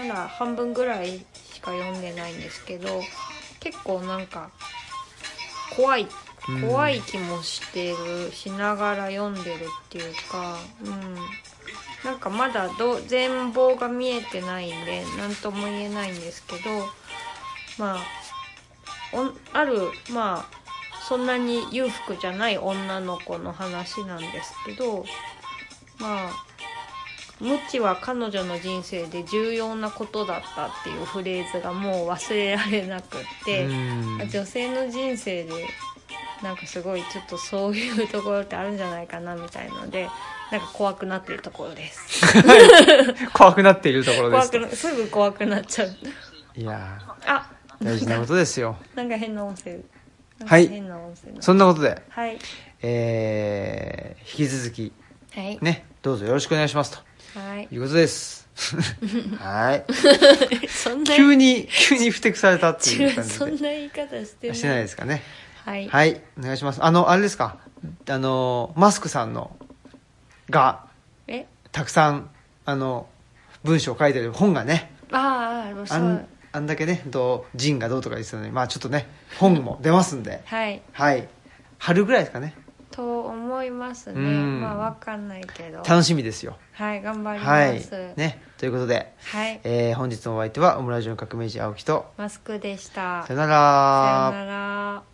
B: まだ半分ぐらいしか読んでないんですけど結構なんか怖い
A: うん
B: 怖い気もしてるしながら読んでるっていうか、うん、なんかまだどう全貌が見えてないんで何とも言えないんですけどまあおんあるまあそんなに裕福じゃない女の子の話なんですけどまあ無知は彼女の人生で重要なことだったっていうフレーズがもう忘れられなくって。
A: うん
B: 女性の人生でなんかすごいちょっとそういうところってあるんじゃないかなみたいのでなんか怖くなってるところです
A: 怖くなっているところで
B: 怖
A: す
B: くなすぐ怖くなっ ちゃう
A: いや
B: あ
A: ー大事なことですよ
B: なんか変な音声なんか
A: はい
B: 変な音声な
A: そんなことで
B: はい
A: えー、引き続き
B: はい
A: ねどうぞよろしくお願いしますと
B: はい
A: いうことです はい
B: そんな
A: 急に急にふてくされたって
B: 違
A: いう
B: う
A: 感じ
B: そんな言い方し
A: で
B: てない
A: してないですかね
B: はい、
A: はい、お願いします。あの、あれですか、あの、マスクさんの、が、
B: え
A: たくさん、あの、文章を書いてる本がね、
B: あーあーそ
A: あ
B: うん
A: あんだけね、どう、ジンがどうとか言ってたのに、まあちょっとね、本も出ますんで、
B: はい
A: はい、春ぐらいですかね、
B: と思いますね
A: うん
B: まあわかんないけど
A: 楽しみですよ。
B: はい頑張り
A: は
B: ま
A: い
B: す、、
A: ね、ということで、
B: はい、
A: えー本日のお相手は、オムラジオの革命児青木と、
B: マスクでした
A: さよな
B: さよ
A: ら
B: なら。